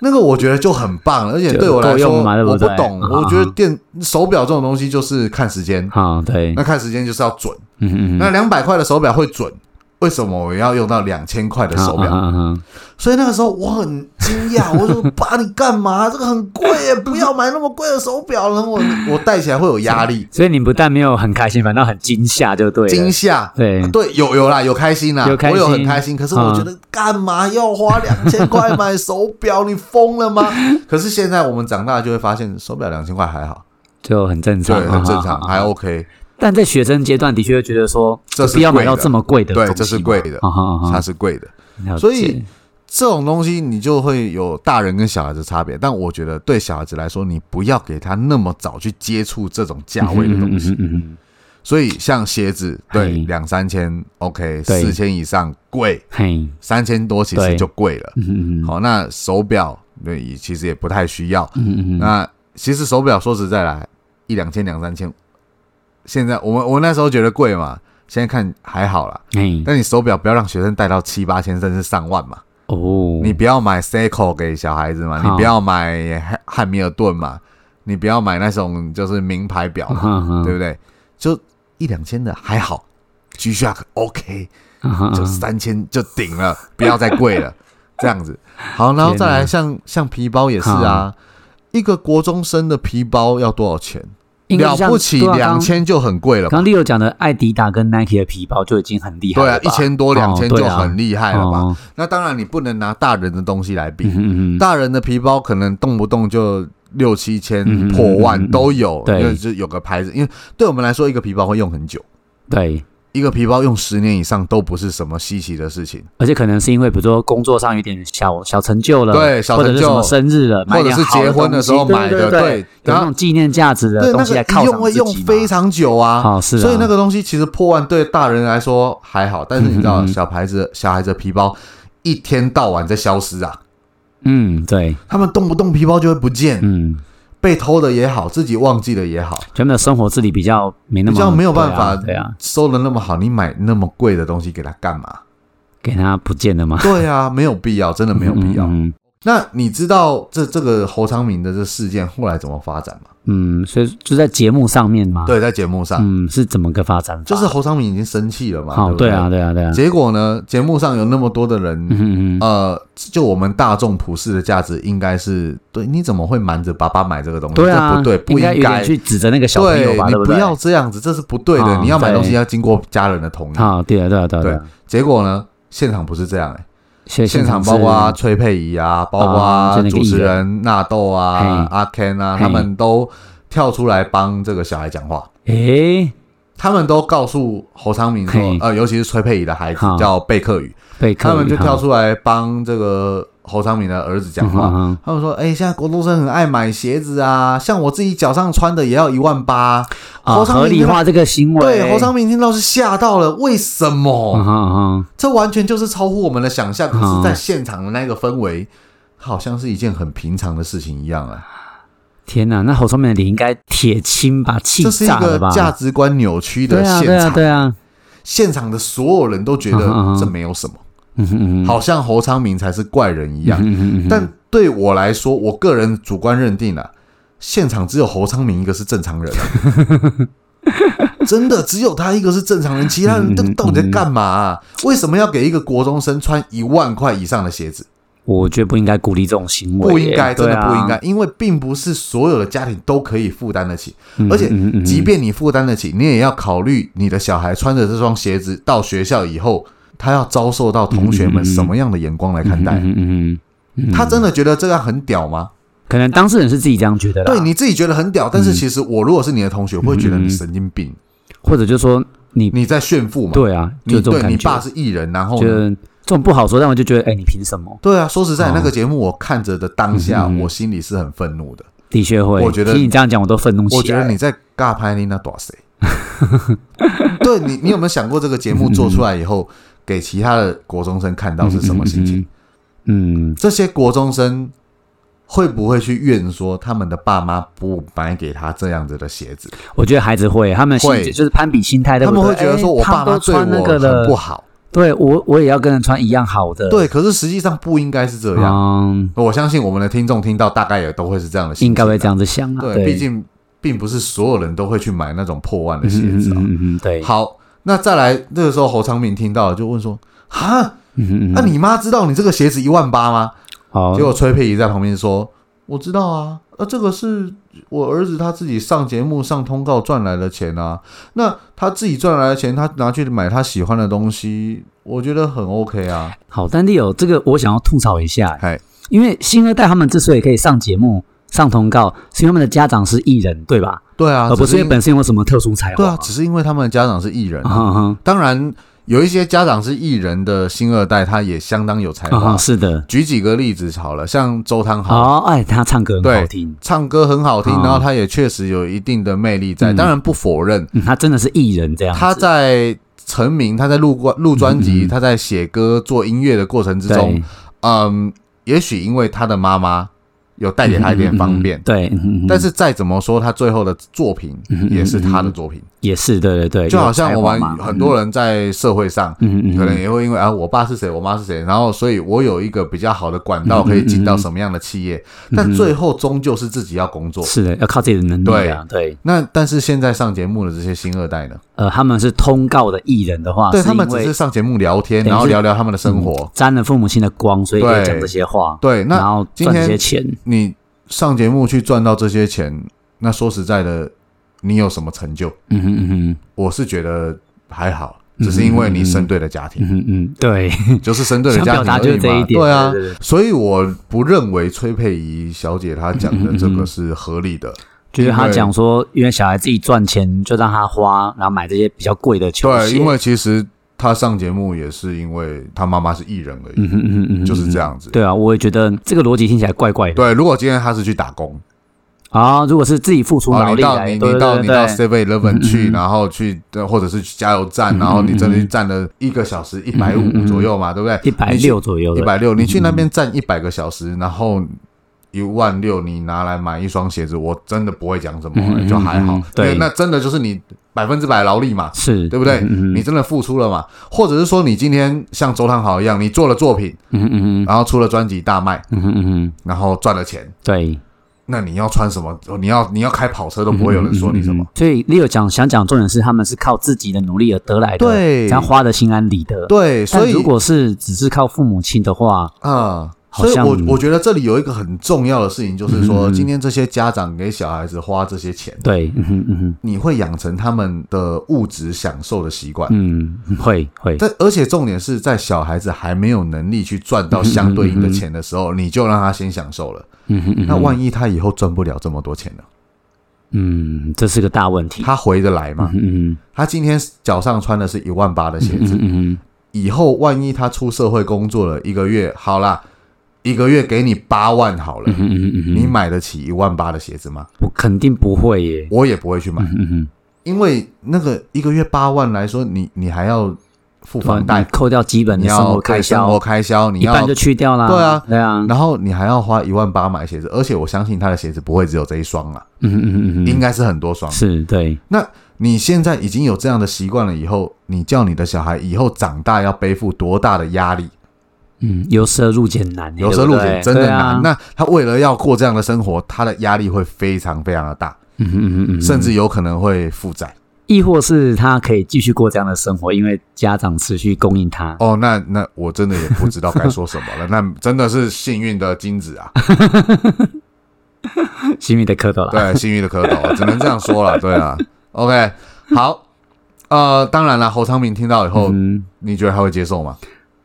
A: 那个我觉得就很棒了，而且
B: 就
A: 对我来
B: 够用
A: 说，
B: 嘛对不
A: 我不
B: 对
A: 懂，
B: 啊
A: 我觉得电手表这种东西就是看时间，
B: 好，对，
A: 那看时间就是要准。
B: 嗯嗯嗯，
A: 那两百块的手表会准，为什么我要用到两千块的
B: 啊
A: 手表？
B: 表，
A: 所以那个时候我很惊 讶，我说：“爸，你干嘛？这个很贵耶，不要买那么贵的手表了， 我我戴起来会有压力、
B: 所以你不但没有很开心，反倒很惊吓，就对
A: 惊
B: 了，
A: 吓。”
B: 对，
A: 对，有有啦，有开心啦，
B: 有开心嗯
A: 我有很开心。可是我觉得干嘛要花两千块买手表？你疯 了吗？可是现在我们长大就会发现，手表两千块还好，
B: 就很正
A: 对
B: 常，，
A: 很正
B: 啊
A: 常，。还
B: 啊啊
A: OK。
B: 但在学生阶段，的确会觉得说，
A: 这是
B: 不要买
A: 贵
B: 到
A: 的
B: 这么贵的东
A: 对
B: 西嘛，
A: 这是贵的
B: 啊哈啊
A: 它
B: 哈
A: 是贵的，
B: 了
A: 所以
B: 解
A: 这种东西你就会有大人跟小孩子差别。但我觉得对小孩子来说，你不要给他那么早去接触这种价位的东西。
B: 嗯嗯嗯哎嗯嗯
A: 所以像鞋子，对
B: 嘿
A: 两三千 OK，
B: 对
A: 四千以上贵，
B: 嘿，
A: 三千多其
B: 对
A: 实就贵了。
B: 嗯嗯嗯
A: 好，那手表对也其实也不太需要。
B: 嗯嗯嗯，
A: 那其实手表说实在来，一两千、两三千，现在我们我那时候觉得贵嘛，现在看还好啦。
B: 嘿，
A: 但你手表不要让学生戴到七八千甚至上万嘛，
B: 哦，
A: 你不要买 Seiko 给小孩子嘛，
B: 好
A: 你不要买汉汉密尔顿嘛，你不要买那种就是名牌表
B: 啊嗯
A: 嘛，对
B: 对
A: 不对？就一两千的还好，G Shock OK，就
B: 啊嗯
A: 三千就顶了， 不要再贵 了，这样子。好，然后再
B: 天
A: 来
B: 哪
A: 像像皮包也是啊，一个国中生的皮包要多少钱？了不起，两。
B: 应该就像对啊刚
A: 千就很贵了吧
B: 刚刚 Leo 讲的艾迪达跟 Nike 的皮包就已经很厉害
A: 对啊
B: 了，吧，
A: 一千多、两千
B: 哦对
A: 就
B: 啊
A: 很厉害了吧？
B: 哦
A: 那当然，你不能拿大人的东西来比，
B: 嗯嗯嗯，
A: 大人的皮包可能动不动就六七
B: 嗯
A: 千、
B: 嗯
A: 破
B: 嗯嗯
A: 万都有，
B: 对
A: 就就有个牌子。因为对我们来说，一个皮包会用很久，
B: 对，
A: 一个皮包用十年以上都不是什么稀奇的事情。
B: 而且可能是因为比如说工作上有点小小成就了，
A: 对小
B: 或者
A: 成
B: 是什么
A: 就
B: 生日了，
A: 或
B: 买
A: 者
B: 点
A: 是
B: 好
A: 结婚
B: 东
A: 的
B: 西
A: 时候买
B: 对
A: 的，
B: 对对，
A: 对，
B: 有
A: 然
B: 那
A: 后
B: 种纪念价值的
A: 对
B: 东
A: 那
B: 西来
A: 个
B: 犒
A: 一
B: 赏
A: 用会
B: 自己
A: 用
B: 嘛
A: 非常久啊，
B: 好是啊，
A: 所以那个东西其实破万对大人来说还好，但是你知
B: 嗯
A: 道
B: 嗯嗯
A: 小孩子小孩子的皮包一 天到晚在消失啊，
B: 嗯对
A: 他们动不动皮包就会不见，
B: 嗯
A: 被偷的也好，自己忘记的也好，
B: 他们的生活自理比较没那么
A: 比较没有办法
B: 对啊，对啊
A: 收的那么好，你买那么贵的东西给他干嘛？
B: 给他不见了吗？
A: 对啊，没有必要，真的没有必要。
B: 嗯
A: 那你知道这这个侯昌明的这事件后来怎么发展吗？
B: 嗯嗯，所以就在节目上面嘛，，
A: 对，在节目上，
B: 啊嗯，是怎么个发展法？
A: 就是侯昌明已经生气了嘛，
B: 好，
A: 不对
B: 对啊，。对啊，对啊，
A: 结果呢，节目上有那么多的人，
B: 嗯嗯嗯，
A: 呃，就我们大众普世的价值应该是，对，你怎么会瞒着爸爸买这个东西？
B: 对啊，
A: 这不对，不
B: 应该有点
A: 该。
B: 去指着那个小朋友
A: 对
B: 吧，
A: 你
B: 对对？
A: 要这样子，这是不对的。
B: 啊
A: 你要买东西
B: 对
A: 要经过家人的同意。
B: 啊，对啊，对啊，对啊，
A: 对
B: 啊，
A: 结果呢，现场不是这样哎、
B: 现
A: 现场
B: 场
A: 包括
B: 是
A: 崔佩仪啊，包
B: 啊就
A: 括
B: 那个
A: 主持
B: 艺人
A: 人纳豆啊、
B: 嘿
A: 阿 Ken 啊，
B: 嘿
A: 他们都跳出来帮这个小孩讲话。
B: 诶，
A: 他们都告诉侯昌明说
B: 嘿，
A: 呃，尤其是崔佩仪的孩子
B: 好
A: 叫贝克宇，
B: 被克
A: 他们就
B: 宇哈
A: 跳出来帮这个侯昌明的儿子讲
B: 嗯
A: 话。
B: 哼嗯哼
A: 他们说，哎，现在国中生很爱买鞋子啊，像我自己脚上穿的也要一万八。
B: 啊，
A: 侯昌
B: 合
A: 明
B: 理
A: 听到
B: 化这个行为，
A: 对侯昌明听到是吓到了，为什么？
B: 嗯哼，嗯哼
A: 这完全就是超乎我们的想象。可是，
B: 嗯
A: 在现场的那个氛围，它好像是一件很平常的事情一样啊。
B: 天哪，那侯昌明的脸应该铁青吧，气
A: 这是一
B: 炸了
A: 个
B: 吧？
A: 价值观扭曲的
B: 对啊，
A: 现
B: 对
A: 场，
B: 啊，对啊，
A: 现场的所有人都觉得
B: 嗯哼嗯哼
A: 这没有什么，
B: 嗯哼嗯哼，
A: 好像侯昌明才是怪人一样。
B: 嗯哼嗯哼
A: 但对我来说，我个人主观认定啊，现场只有侯昌明一个是正常人、 啊。真的只有他一个是正常人，其他人
B: 嗯
A: 都
B: 嗯嗯
A: 到底在干嘛、啊？为什么要给一个国中生穿一万块以上的鞋子？
B: 我觉得不应该鼓励这种行为耶，
A: 不应该，真
B: 对
A: 的
B: 啊
A: 不应该，，因为并不是所有的家庭都可以负担得起，
B: 嗯
A: 而且
B: 嗯嗯嗯
A: 即便你负担得起，你也要考虑你的小孩穿着这双鞋子到学校以后，他要遭受到同学们什么样的眼光来看待。
B: 嗯嗯嗯嗯嗯，
A: 他真的觉得这样很屌吗？
B: 可能当事人是自己这样觉得啦，
A: 对你自己觉得很屌，但
B: 嗯
A: 是其实我如果是你的同学，我会觉得你神经病，
B: 或者就说你
A: 你在炫富嘛？，
B: 嗯对啊，
A: 你
B: 就这种
A: 对
B: 感
A: 你
B: 觉，
A: 爸是艺人，然后
B: 觉
A: 呢
B: 得这种不好说，但我就觉得，哎，你凭什么？
A: 对啊，说实在，
B: 哦
A: 那个节目我看着的当下，
B: 嗯嗯嗯
A: 我心里是很愤怒的。
B: 的确会，
A: 我觉得
B: 听你这样讲，我都愤怒起来。
A: 我觉得你在尬拍你那多谁？ 对你，你有没有想过这个节目做出来以后，给其他的国中生看到是什么心情？
B: 嗯嗯，嗯，嗯
A: 这些国中生会不会去怨说他们的爸妈不买给他这样子的鞋子？
B: 嗯我觉得孩子会，他们心
A: 会
B: 就是攀比心态，对
A: 他
B: 不
A: 们
B: 对
A: 会觉得说
B: 哎
A: 我爸
B: 他
A: 妈
B: 们都
A: 对
B: 穿那
A: 我
B: 个
A: 很
B: 了，
A: 不好，
B: 对我我也要跟人穿一样好的，
A: 对，可是实际上不应该是这样。
B: 嗯，
A: 我相信我们的听众听到大概也都会是这样的心情，
B: 应该会这。样子想啊，
A: 对，毕竟并不是所有人都会去买那种破万的鞋子啊。
B: 嗯嗯嗯嗯，嗯对，
A: 好，那再来，那个时候侯昌明听到了，就问说：“哈，
B: 嗯，嗯嗯，
A: 那、你妈知道你这个鞋子一万八吗？”
B: 好
A: 结，果崔佩仪在旁边说：“我知道啊，啊，这个是我儿子他自己上节目上通告赚来的钱啊。那他自己赚来的钱，他拿去买他喜欢的东西，我觉得很 OK 啊。
B: 好，但 Leo 这个我想要吐槽一下，
A: 嗨，
B: 因为新二代他们之所以可以上节目、上通告，是因为他们的家长是艺人，对吧？
A: 对啊，
B: 而不
A: 只
B: 是因
A: 因
B: 为本身有什么特殊才华。
A: 对啊，只是因为他们的家长是艺人
B: 啊
A: 啊、
B: 哈哈
A: 当然有一些家长是艺人的星二代，他也相当有才
B: 啊
A: 华。
B: 哈，是的。
A: 举几个例子好了，像周汤豪。
B: 哦，哎，他唱歌很好听，
A: 唱歌很好听，
B: 啊
A: 然后他也确实有一定的魅力在。
B: 嗯
A: 当然不否认，
B: 嗯，他真的是艺人这样子。
A: 他在成名，他在录过录专辑，
B: 嗯嗯
A: 他在写歌、做音乐的过程之中
B: 对，
A: 嗯，也许因为他的妈妈有带给他一点方便
B: 嗯嗯嗯，对，嗯嗯嗯
A: 但是再怎么说，他最后的作品
B: 嗯嗯嗯
A: 也是他的作品。
B: 也是对对对，
A: 就好像我
B: 有才华
A: 们
B: 嘛
A: 很多，人在社会上，
B: 嗯嗯嗯，
A: 可能也会因为啊，我爸是谁，我妈是谁，然后所以我有一个比较好的管
B: 嗯
A: 道可以进到什么样的企业，但最后终究是自己要工作。
B: 是的，要靠自己的能力啊。对，
A: 那但是现在上节目的这些星二代呢？
B: 呃，他们是通告的艺人的话，
A: 对
B: 啊是
A: 他们
B: 因
A: 只
B: 为
A: 是上节目聊天，
B: 等于是
A: 然后聊聊他们的生活。
B: 沾了父母亲的光，所以可
A: 对
B: 以讲这些话，
A: 对，
B: 然
A: 那
B: 后
A: 今
B: 赚这
A: 天
B: 些钱。
A: 你上节目去赚到这些钱，那说实在的，你有什么成就？
B: 嗯哼嗯哼。
A: 我是觉得还好，只是因为你生对了家庭，
B: 嗯嗯， 对，
A: 就是生对了
B: 想
A: 家
B: 表
A: 庭
B: 达
A: 而
B: 就是
A: 已
B: 这一
A: 嘛。
B: 点，
A: 对啊，
B: 对对对
A: 所以我不认为崔佩仪小姐她讲的这个是合理的。
B: 就是他讲说，因为小孩自己赚钱，就让他花，然后买这些比较贵的球
A: 对，
B: 鞋，
A: 因为其实她上节目也是因为她妈妈是艺人而已。
B: 嗯哼嗯哼嗯哼，
A: 就是这样子
B: 对啊，我也觉得这个逻辑听起来怪怪的
A: 对，如果今天她是去打工，
B: 啊。如果是自己付出
A: 哦，
B: 劳
A: 你
B: 力
A: 到
B: 来，
A: 你
B: 对
A: 你
B: 对
A: 到
B: 对
A: 你到
B: 对
A: Seven
B: 嗯
A: Eleven
B: 嗯
A: 去，
B: 嗯
A: 然后去呃或者是去加油站，
B: 嗯
A: 然后你真的
B: 嗯
A: 去
B: 嗯
A: 站了一个小时一百
B: 嗯嗯
A: 五
B: 嗯
A: 左右嘛，对不对？
B: 一百六左右
A: 一
B: 的，
A: 百六，你去那边站一百个小时，然后一万六，你拿来买一双鞋子，我真的不会讲什么、
B: 嗯嗯嗯
A: 就还好
B: 嗯。对
A: 因为那真的就是你百分之百劳力嘛，
B: 是
A: 对不对？
B: 嗯
A: 你真的付出了嘛？或者是说你今天像周汤豪一样，你做了作品，
B: 嗯嗯嗯
A: 然后出了专辑大卖，
B: 嗯嗯嗯，
A: 然后赚了钱，
B: 对，
A: 那你要穿什么？你要你要开跑车都不会有人说你什么。
B: 嗯。嗯嗯嗯所以 Leo 讲想讲重点是，他们是靠自己的努力而得来的，
A: 对
B: 这样花的心安理得。
A: 对，所
B: 但
A: 以
B: 如果是只是靠父母亲的话，
A: 啊、
B: 好
A: 所以
B: 像
A: 我我觉得这里有一个很重要的事情，就是
B: 嗯
A: 说
B: 嗯嗯
A: 今天这些家长给小孩子花这些钱，
B: 对，嗯哼嗯哼
A: 你会养成他们的物质享受的习惯。
B: 嗯，会会，
A: 这而且重点是在小孩子还没有能力去赚到相对应的钱的时候，你就让他先享受了。
B: 嗯哼嗯哼，
A: 那万一他以后赚不了这么多钱呢？
B: 嗯，这是个大问题。
A: 他回得来吗？
B: 嗯
A: 他今天脚上穿的是一万八的鞋
B: 嗯
A: 子，
B: 嗯
A: 以后万一他出社会工作了一个月，好啦，一个月给你八万好了
B: 嗯，嗯嗯
A: 你
B: 嗯，
A: 买得起一万八的鞋子吗？
B: 我肯定不会耶。
A: 我也不会去买，
B: 嗯嗯，
A: 因为那个一个月八万来说，你你还要付房贷，
B: 扣掉基本
A: 你
B: 的啊生
A: 要
B: 活开
A: 对生活
B: 销，
A: 开销，你
B: 一半
A: 要
B: 就，去掉啦。
A: 对啊
B: 对啊，
A: 然后你还要花一万八买鞋子，而且我相信他的鞋子不会只有这一双啦，
B: 嗯嗯嗯
A: 应
B: 嗯，
A: 该是很多双。
B: 是对，
A: 那你现在已经有这样的习惯了，以后你叫你的小孩以后长大要背负多大的压力？
B: 嗯，由奢入俭难耶，
A: 有时候路
B: 对
A: 险
B: 不对
A: 真的
B: 对啊
A: 难。那他为了要过这样的生活，他的压力会非常非常的大，
B: 嗯嗯嗯嗯，
A: 甚至有可能会负债。
B: 亦或是他可以继续过这样的生活，因为家长持续供应他。
A: 哦，那那我真的也不知道该说什 么了。那真的是幸运的金子啊，
B: 幸运的蝌蚪啦，
A: 对，幸运的蝌蚪，只能这样说 了。对啊，OK，好，呃，当然了，侯昌明听到以后，
B: 嗯，
A: 你觉得他会接受吗？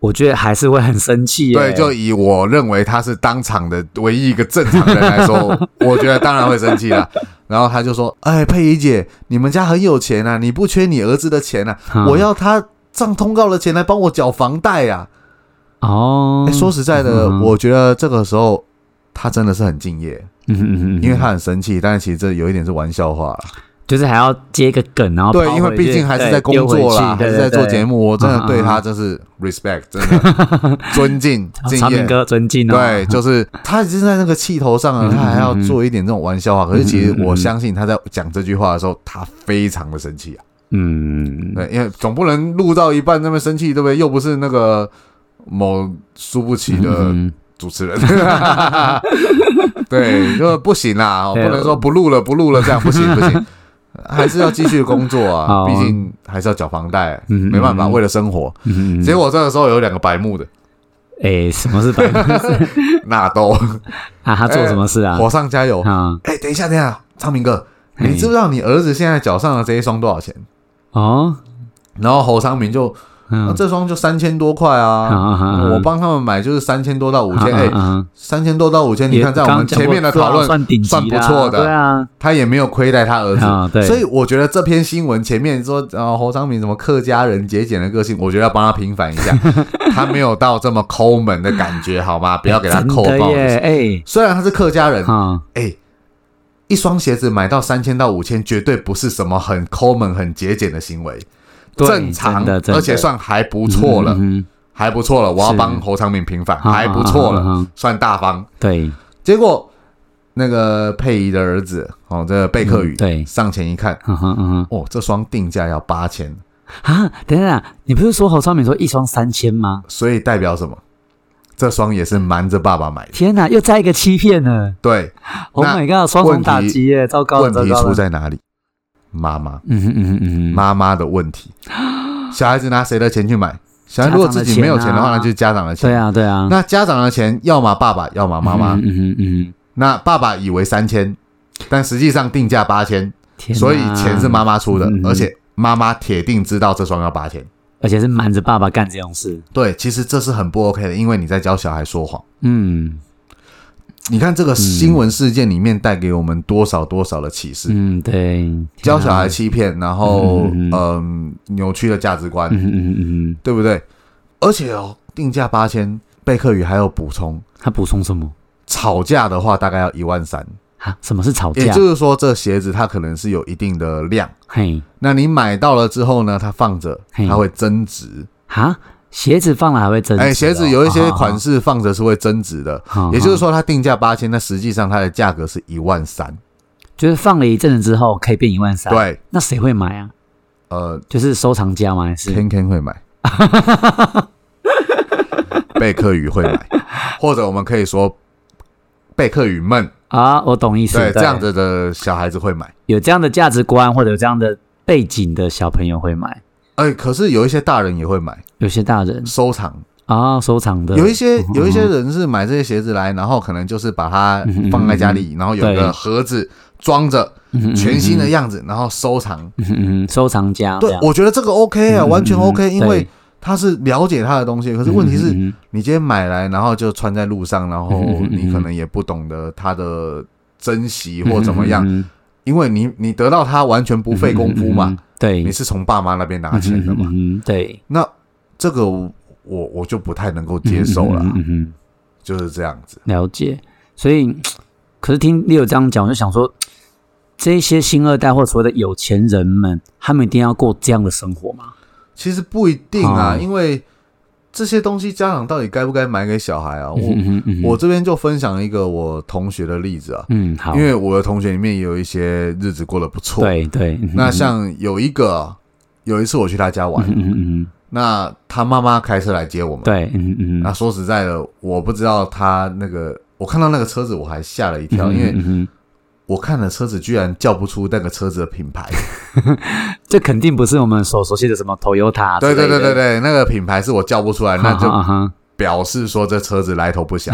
B: 我觉得还是会很生气耶。
A: 对，就以我认为他是当场的唯一一个正常人来说， 我觉得当然会生气了。然后他就说：“哎，佩仪姐，你们家很有钱啊，你不缺你儿子的钱啊，
B: 嗯
A: 我要他上通告的钱来帮我缴房贷啊。
B: 哦
A: 哎，，说实在的，
B: 嗯
A: 我觉得这个时候他真的是很敬业，
B: 嗯嗯嗯嗯，
A: 因为他很生气，但是其实这有一点是玩笑话了。
B: 就是还要接一个梗，然后
A: 对
B: 啊跑，回
A: 因为毕
B: 去
A: 竟还是
B: 对
A: 在工
B: 丢回
A: 作啦，
B: 去
A: 还是
B: 对
A: 在做
B: 对
A: 节目，我真的
B: 嗯
A: 对
B: 嗯
A: 他真是 respect，真的 尊敬
B: 啊
A: 敬
B: 长
A: 业
B: 明。哥尊敬哦，
A: 对，就是他已经在那个气头上了，
B: 嗯
A: 他还要
B: 嗯嗯
A: 做一点这种玩笑话。可是其实
B: 嗯嗯嗯
A: 我相信他在讲这句话的时候，他非常的生气啊。
B: 嗯，
A: 对，因为总不能录到一半那么生气，对不对？又不是那个某输不起的
B: 嗯，
A: 主持人， 对，就不行啦，哦不
B: 对
A: 能说不录了，不录了，这样不 行不行。还是要继续工作啊，
B: 好
A: 毕竟还是要缴房贷，
B: 嗯嗯
A: 没办法，
B: 嗯
A: 为了生活。
B: 嗯嗯
A: 结果这个时候有两个白目的
B: 哎，什么是白 目
A: 纳 豆，
B: 啊？他做什么事啊？
A: 火上加油，
B: 啊，
A: 哎、等一下，等一下，昌明哥，你
B: 嘿
A: 知不知道你儿子现在脚上的这一双多少钱？
B: 哦，
A: 然后侯昌明就，啊
B: 嗯，
A: 这双就三千多块啊，
B: 啊啊
A: 我帮他们买就是三千多到五千，哎，
B: 啊，
A: 三千多到五哎千，你看在我们前面的讨论，
B: 算顶级
A: 算不
B: 啦
A: 错的
B: 对啊，
A: 他也没有亏待他儿子。
B: 啊，对，
A: 所以我觉得这篇新闻前面说，呃，侯昌明什么客家人节俭的个性，我觉得要帮他平反一 下，他没有到这么抠门的感觉，好吗？不要给他扣
B: 啊真的
A: 爆。
B: 耶，
A: 虽然他是客家人
B: 哎，，啊，
A: 哎，一双鞋子买到三千到五千，绝对不是什么很抠门、很节俭的行为，
B: 对
A: 正常
B: 真的，真的
A: 而且算还不错了，
B: 嗯嗯嗯
A: 还不错了。我要
B: 是
A: 帮侯昌明平反，
B: 啊
A: 还不错了，
B: 啊啊啊
A: 算大方。
B: 对，
A: 结果那个佩仪的儿子，哦，这个贝克宇、
B: 嗯对
A: 上前一看，
B: 嗯哼嗯哼，
A: 哦，这双定价要八千，
B: 啊，等一下，你不是说侯昌明说一双三千吗？
A: 所以代表什么？这双也是瞒着爸爸买的。
B: 天哪，又再一个欺骗了
A: 对，
B: ！Oh
A: 那
B: my god，双重打击耶，糟糕了，
A: 问
B: 糟
A: 题
B: 糕
A: 出
B: 了。
A: 在哪里？妈妈。
B: 嗯哼嗯哼嗯哼，
A: 妈妈的问 题。小孩子拿谁的钱去买？小孩
B: 家长的
A: 如果自己没有钱的
B: 钱
A: 话，
B: 啊
A: 那就是家长的钱。
B: 对啊对啊，
A: 那家长的钱要么爸爸，要么妈妈。
B: 嗯哼嗯哼，
A: 那爸爸以为三千，但实际上定价八千，
B: 天哪
A: 所以钱是妈妈出的，
B: 嗯
A: 而且妈妈铁定知道这双要八千。
B: 而且是瞒着爸爸干这种事。
A: 对，其实这是很不 OK 的，因为你在教小孩说谎。
B: 嗯
A: 你看这个新闻事件里面带给我们多少多少的启示，
B: 嗯，对，
A: 教小孩欺骗，然后
B: 嗯嗯嗯
A: 嗯扭曲的价值观
B: 嗯，嗯嗯嗯，
A: 对不对？而且哦，定价八千，贝克宇还有补充，
B: 他补充什么
A: 吵架的话大概要一万三，
B: 啊？什么是吵
A: 也
B: 架？
A: 就是说这鞋子它可能是有一定的量，
B: 嘿
A: 那你买到了之后呢，它放着
B: 嘿
A: 它会增值，
B: 哈，鞋子放了还会增值哦、
A: 哎，鞋子有一些
B: 啊
A: 款，式放着是会增值的，
B: 啊啊
A: 也就是说它定价八千，但实际上它的价格是一万三。
B: 就是放了一阵子之后可以变一万三，，
A: 对，
B: 那谁会买啊？
A: 呃
B: 就是收藏家吗？还是
A: ，Ken Ken 会买，贝克鱼会买，或者我们可以说贝克鱼们，
B: 啊？我懂意思，
A: 对，
B: 对，
A: 这样子的小孩子会买。
B: 有这样的价值观或者有这样的背景的小朋友会买，
A: 哎，可是有一些大人也会买
B: 有些大人
A: 收藏，
B: 啊、收藏的
A: 有一些有
B: 嗯
A: 一些人是买这些鞋子来，然后可能就是把它放
B: 嗯
A: 在家里，然后有个
B: 对
A: 盒子装着全新的样子，然后收藏。
B: 嗯嗯嗯收藏家这
A: 对
B: 样，，
A: 我觉得这个 OK 啊，
B: 嗯
A: 完全 OK，
B: 嗯
A: 因为
B: 对
A: 他是了解他的东西。可是问题是
B: 嗯嗯嗯
A: 你今天买来，然后就穿在路上，然后
B: 嗯嗯嗯嗯
A: 你可能也不懂得它的珍惜
B: 嗯
A: 或怎么样，
B: 嗯嗯嗯
A: 因为你你得到它完全不费功夫
B: 嗯嗯嗯
A: 嘛
B: 嗯，对，
A: 你是从爸妈那边拿钱的嘛。
B: 嗯嗯嗯嗯对，
A: 那这个我我就不太能够接受啦
B: 嗯，嗯嗯嗯嗯
A: 就是这样子。
B: 了解。所以，可是听 Leo 这样讲，我就想说，这些星二代或所谓的有钱人们，他们一定要过这样的生活吗？
A: 其实不一定啊，
B: 哦
A: 因为这些东西家长到底该不该买给小孩啊？我
B: 嗯嗯嗯嗯
A: 我这边就分享一个我同学的例子啊，
B: 嗯好，
A: 因为我的同学里面也有一些日子过得不错。
B: 对对，嗯
A: 那像有一个啊，有一次我去他家玩，
B: 嗯嗯嗯嗯，
A: 那他妈妈开车来接我们。
B: 对，嗯嗯
A: 那
B: 嗯，
A: 说实在的，我不知道他那个，我看到那个车子我还吓了一跳，
B: 嗯
A: 因为
B: 嗯嗯
A: 我看了车子居然叫不出那个车子的品 牌。
B: 嗯这肯定不是我们所熟悉的什么 Toyota，
A: 对对对对
B: 对，
A: 对，那个品牌是我叫不 出来，那
B: 哈
A: 就
B: 哈哈，
A: 表示说这车子来头不 小。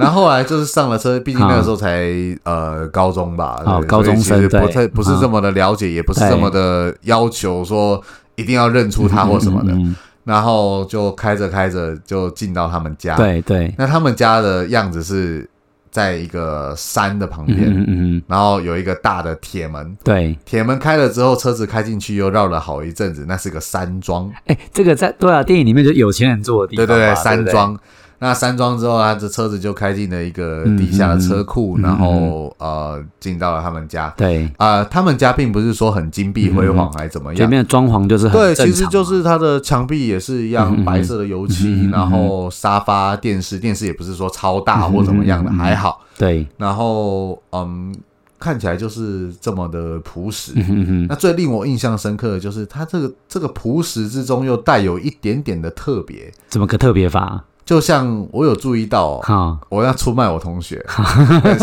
A: 然后后来就是上了车，毕竟那个时候才呃高中吧，
B: 哦
A: 对
B: 高中
A: 所以其实不
B: 生对嗯
A: 太不是这么的了解，也不是
B: 对
A: 这么的要求说一定要认出他或什么的。
B: 嗯，嗯
A: 然后就开着开着就进到他们家，
B: 嗯，对对，
A: 那他们家的样子是在一个山的旁
B: 嗯
A: 边，
B: 嗯嗯嗯，
A: 然后有一个大的铁门。
B: 对，
A: 铁门开了之后，车子开进去又绕了好一阵子，那是个山庄。
B: 哎，这个在对啊，电影里面就有钱人住的地
A: 对
B: 方
A: 对
B: 嘛，
A: 对，
B: 对，
A: 山
B: 不对，
A: 庄。那山庄之后，他的车子就开进了一个
B: 嗯
A: 地下的车库，
B: 嗯嗯
A: 然后呃进到了他们家。
B: 对，
A: 啊、他们家并不是说很金碧辉煌还是怎么
B: 这
A: 样，
B: 边的装潢就是很
A: 对，
B: 正
A: 其实
B: 常
A: 就
B: 嘛
A: 是它的墙壁也是一
B: 嗯嗯
A: 样
B: 嗯
A: 白色的油漆，
B: 嗯嗯嗯
A: 然后沙发、电视，电视也不是说超大或怎么样的，
B: 嗯嗯嗯嗯
A: 还好。
B: 对，
A: 然后嗯，看起来就是这么的朴实。
B: 嗯嗯嗯。
A: 那最令我印象深刻的就是它这个这个朴实之中又带有一点点的特别，
B: 怎么个特别法？
A: 就像我有注意到、哦，
B: 哈、
A: 我要出卖我同学，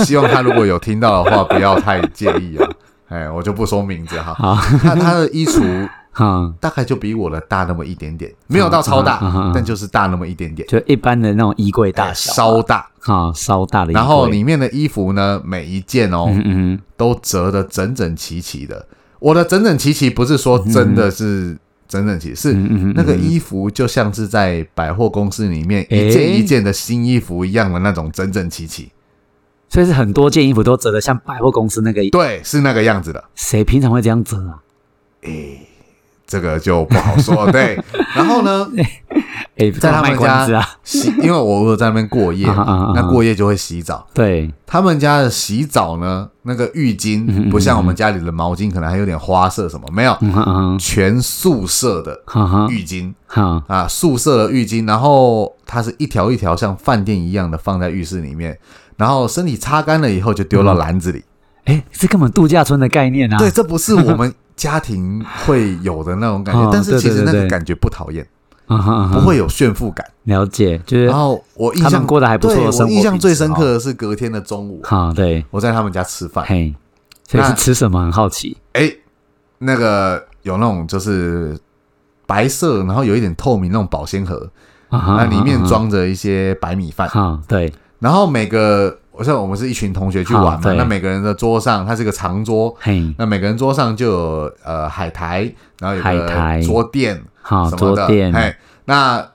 A: 希望他如果有听到的话，不要太介意啊。 哎，我就不说名字 哈。
B: 好
A: 他他的衣橱
B: 哈，
A: 大概就比我的大那么一点点，没有到超大，
B: 嗯嗯嗯嗯
A: 但就是大那么一点点，
B: 就一般的那种衣柜大
A: 哎
B: 小
A: 稍
B: 啊，
A: 大。
B: 哈稍大的衣柜。
A: 然后里面的衣服呢，每一件哦、
B: 嗯嗯
A: 都折得整整齐齐的。我的整整齐齐不是说真的是整整齐，是
B: 嗯嗯嗯
A: 那个衣服就像是在百货公司里面一
B: 哎
A: 件一件的新衣服一样的那种整整齐齐。
B: 嗯，所以是很多件衣服都折得像百货公司那个，
A: 对，是那个样子的。
B: 谁平常会这样折啊？
A: 这个就不好 说。对，然后呢，
B: 哎，
A: 在他
B: 卖
A: 们
B: 关子
A: 家
B: 啊，
A: 洗，因为我有在那边过夜，
B: 啊啊啊啊
A: 那过夜就会洗澡。
B: 对，
A: 他们家的洗澡呢，那个浴
B: 嗯
A: 巾
B: 嗯
A: 不像我们家里的毛巾，可能还有点花色什么，没有，
B: 嗯哼嗯哼，嗯
A: 全素色的
B: 哈哈
A: 浴巾
B: 哈，
A: 啊，素色的浴巾，然后它是一条一条像饭店一样的放在浴室里面，然后身体擦干了以后就丢到篮子里。
B: 哎，这根本度假村的概嗯念啊，
A: 对，这不是我们家庭会有的那种感觉
B: 哦，
A: 但是其实
B: 对对对
A: 那个
B: 对
A: 感觉不讨厌，
B: 啊哈，啊哈
A: 不会有炫富感。
B: 了解，就是
A: 然后我印
B: 他
A: 象
B: 们过得还不错
A: 对
B: 的生
A: 我
B: 活
A: 印象
B: 品
A: 最
B: 质
A: 深
B: 哦
A: 刻的是隔天的中午，
B: 哈对，
A: 我在他们家吃饭，
B: 嘿，所以
A: 那
B: 是吃什么很好奇，
A: 哎，那个有那种就是白色，然后有一点透明那种保鲜盒，
B: 啊哈，
A: 那
B: 啊
A: 里面
B: 哈
A: 装着一些白米饭，
B: 哈对，
A: 然后每个我像我们是一群同学去
B: 好
A: 玩嘛，
B: 对
A: 那每个人的桌上它是个长桌。
B: 嘿，
A: 那每个人桌上就有呃海苔，然后有
B: 海苔
A: 个桌垫
B: 好啊
A: 什么
B: 桌
A: 的，
B: 垫，
A: 哎，那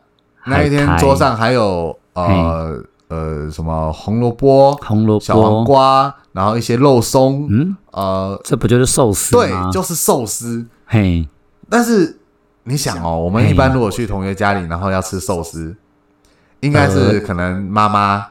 A: 那一天
B: 海苔
A: 桌上还有呃呃什么红萝卜、
B: 红萝卜，
A: 小黄瓜，然后一些肉松，
B: 嗯，
A: 呃，
B: 这不就是寿司
A: 对
B: 吗？，
A: 就是寿司。
B: 嘿，
A: 但是你想哦，我们一般如果去同学家里，然后要吃寿司，应该是可能妈妈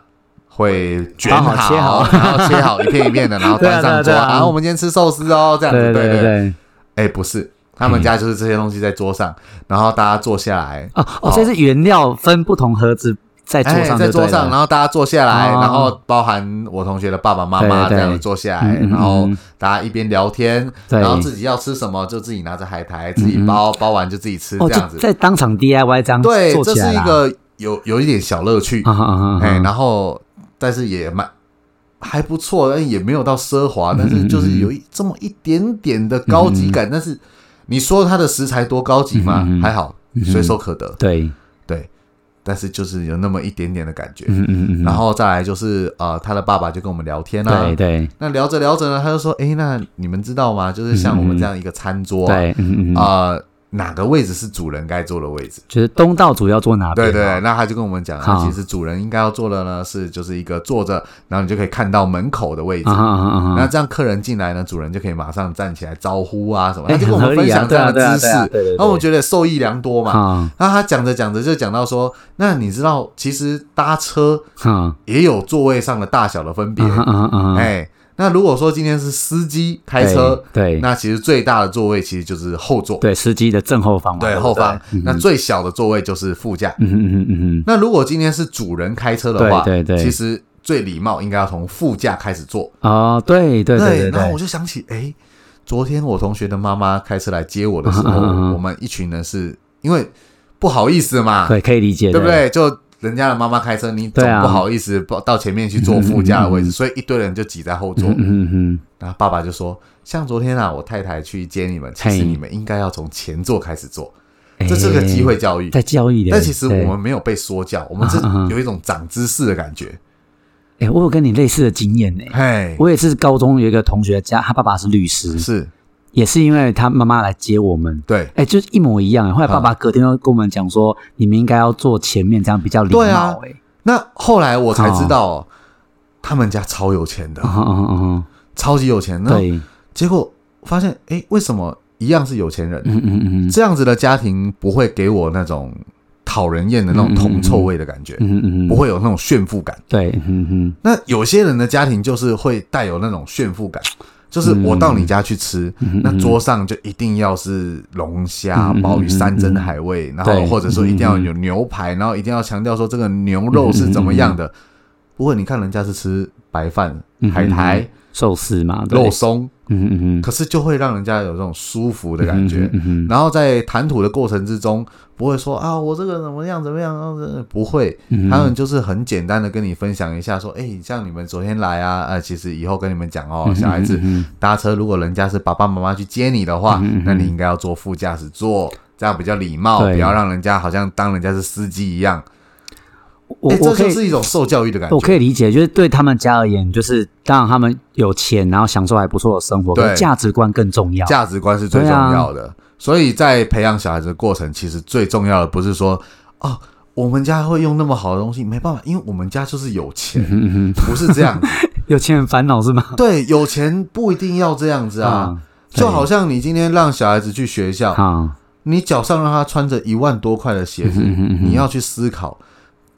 A: 会卷
B: 呃帮好切 好
A: 然后切好一片一片的，然后端上桌
B: 对啊对啊对啊
A: 啊，我们今天吃寿司哦，这样
B: 对
A: 子，
B: 对
A: 对。
B: 对，
A: 哎，不是，他们家就是这些东西在桌上，然后大家坐下来，
B: 哦哦，所以是原料分不同盒子在桌
A: 哎，
B: 上就
A: 在
B: 对
A: 桌上，
B: 了
A: 然后大家坐下来，
B: 哦
A: 然后包含我同学的爸爸妈妈
B: 对对
A: 这样坐下来，
B: 嗯嗯嗯
A: 然后大家一边聊天，
B: 对嗯
A: 然后自己要吃什么就自己拿着海苔自己包，包完就自己吃
B: 哦，
A: 这样
B: 就
A: 子。
B: 在当场 DIY 这样
A: 对，
B: 嗯做
A: 这
B: 起来
A: 是一
B: 啦
A: 个有有一点小乐趣，
B: 啊哈啊哈啊哈
A: 哎，然后但是也蛮还不错，但也没有到奢
B: 嗯
A: 华，但是就是有一这么一点点的高级感。但是你说它的食材多高级吗
B: 嗯嗯嗯？
A: 还好，随手可得。
B: 对，
A: 对，但是就是有那么一点点的感觉。
B: 嗯嗯嗯，
A: 然后再来就是呃，他的爸爸就跟我们聊天啦、
B: 对对
A: 那聊着聊着呢，他就说：“诶，那你们知道吗？就是像我们这样一个餐桌啊，
B: 嗯对，嗯嗯嗯，
A: 呃，哪个位置是主人该坐的位置？
B: 就是东道主要坐哪边
A: 对
B: 啊？
A: 对，那他就跟我们讲，
B: 好
A: 其实主人应该要做的呢是就是一个坐着，然后你就可以看到门口的位置。
B: 啊哈啊哈啊
A: 那
B: 哈，
A: 这样客人进来呢，主人就可以马上站起来招呼啊什么，
B: 哎
A: 他就跟我
B: 很
A: 们
B: 合
A: 分
B: 理啊
A: 享这样
B: 对啊
A: 的
B: 对
A: 知
B: 啊
A: 识
B: 对啊对对对，
A: 那我觉得受益良多嘛。
B: 哈
A: 那他讲着讲着就讲到说，那你知道其实搭车
B: 哈，
A: 也有座位上的大小的分别。
B: 啊哈啊哈啊哈，
A: 哎，那如果说今天是司机开车，
B: 对对
A: 那其实最大的座位其实就是后座，
B: 哎对，嗯司机的正后方嘛，
A: 对
B: 不
A: 后方。那最小的座位就是副驾。
B: 嗯嗯嗯嗯嗯，
A: 那如果今天是主人开车的话，
B: 对对对
A: 其实最礼貌应该要从副驾开始坐。
B: 哦，对对对
A: 然后我
B: 对，
A: 就想起，哎，昨天我同学的妈妈开车来接我的时候，
B: 嗯嗯嗯嗯
A: 我们一群人是因为不好意思嘛，
B: 对，可以理解的，
A: 对不对？就人家的妈妈开车，你总
B: 对啊
A: 不好意思不到前面去坐副驾的位
B: 嗯嗯嗯
A: 置，
B: 嗯
A: 所以一堆人就挤在后座。
B: 嗯？嗯嗯嗯，
A: 然后爸爸就说：“像昨天啊，我太太去接你们，其实
B: 嘿
A: 你们应该要从前座开始坐，
B: 哎
A: 这是个机会教育。
B: 在教育的。
A: 但其实
B: 对
A: 我们没有被说教，我们是
B: 啊啊啊
A: 有一种长知识的感觉。
B: 哎、我有跟你类似的经验呢、
A: 嘿，
B: 我也是高中有一个同学家，他爸爸是律师，
A: 是
B: 也是因为他妈妈来接我们，
A: 对
B: 哎、就是一模一样、后来爸
A: 嗯
B: 爸隔天又跟我们讲说，你们应该要坐前面，这样比较礼貌、
A: 对啊
B: 哎、
A: 那后来我才知道、哦，他们家超有钱的，
B: 嗯嗯嗯
A: 超级有钱。
B: 嗯，
A: 那
B: 对，
A: 结果发现，哎，为什么一样是有钱人？
B: 嗯嗯嗯
A: 这样子的家庭不会给我那种讨人厌的那种铜臭味的感觉，
B: 嗯嗯嗯，
A: 不，会有那种炫富感。
B: 对，嗯嗯
A: 那有些人的家庭就是会带有那种炫富感，就是我到你家去吃，
B: 嗯
A: 那桌上就一定要是龙虾、
B: 嗯嗯嗯
A: 鲍鱼、山珍海味，然后
B: 对嗯
A: 或者说一定要有牛排，然后一定要强调说这个牛肉是怎么样的。不过你看人家是吃白饭、
B: 嗯
A: 海苔、
B: 寿司嘛，对
A: 肉，松，
B: 嗯嗯嗯，
A: 可是就会让人家有这种舒服的
B: 的
A: 感觉。
B: 嗯嗯
A: 然后在谈吐的过程之中，不会说啊，我这个怎么样怎么样，啊这不会，
B: 嗯
A: 他们就是很简单的跟你分享一下，说，哎、像你们昨天来啊，呃，其实以后跟你们讲哦，小孩子
B: 嗯
A: 搭车，如果人家是爸爸妈妈去接你的话，
B: 嗯嗯嗯
A: 那你应该要坐副驾驶座，这样比较礼貌，
B: 对
A: 不要让人家好像当人家是司机一样。
B: 我
A: 诶
B: 我
A: 哎这
B: 可
A: 就
B: 以。
A: 是一种受教育的感觉。
B: 我可以理解，就是对他们家而言，就是当然他们有钱，然后享受还不错的生活，
A: 对
B: 可是价值观更重要。
A: 价值观是最重要的。
B: 啊
A: 所以在培养小孩子的过程，其实最重要的不是说哦，我们家会用那么好的东西，没办法，因为我们家就是有钱，
B: 嗯嗯
A: 不是这样子。
B: 嗯，有钱人烦恼是吗？
A: 对，有钱不一定要这样子啊。
B: 对
A: 就好像你今天让小孩子去学校，
B: 啊，
A: 你脚上让他穿着一万多块的鞋子，
B: 嗯哼嗯哼
A: 你要去思考。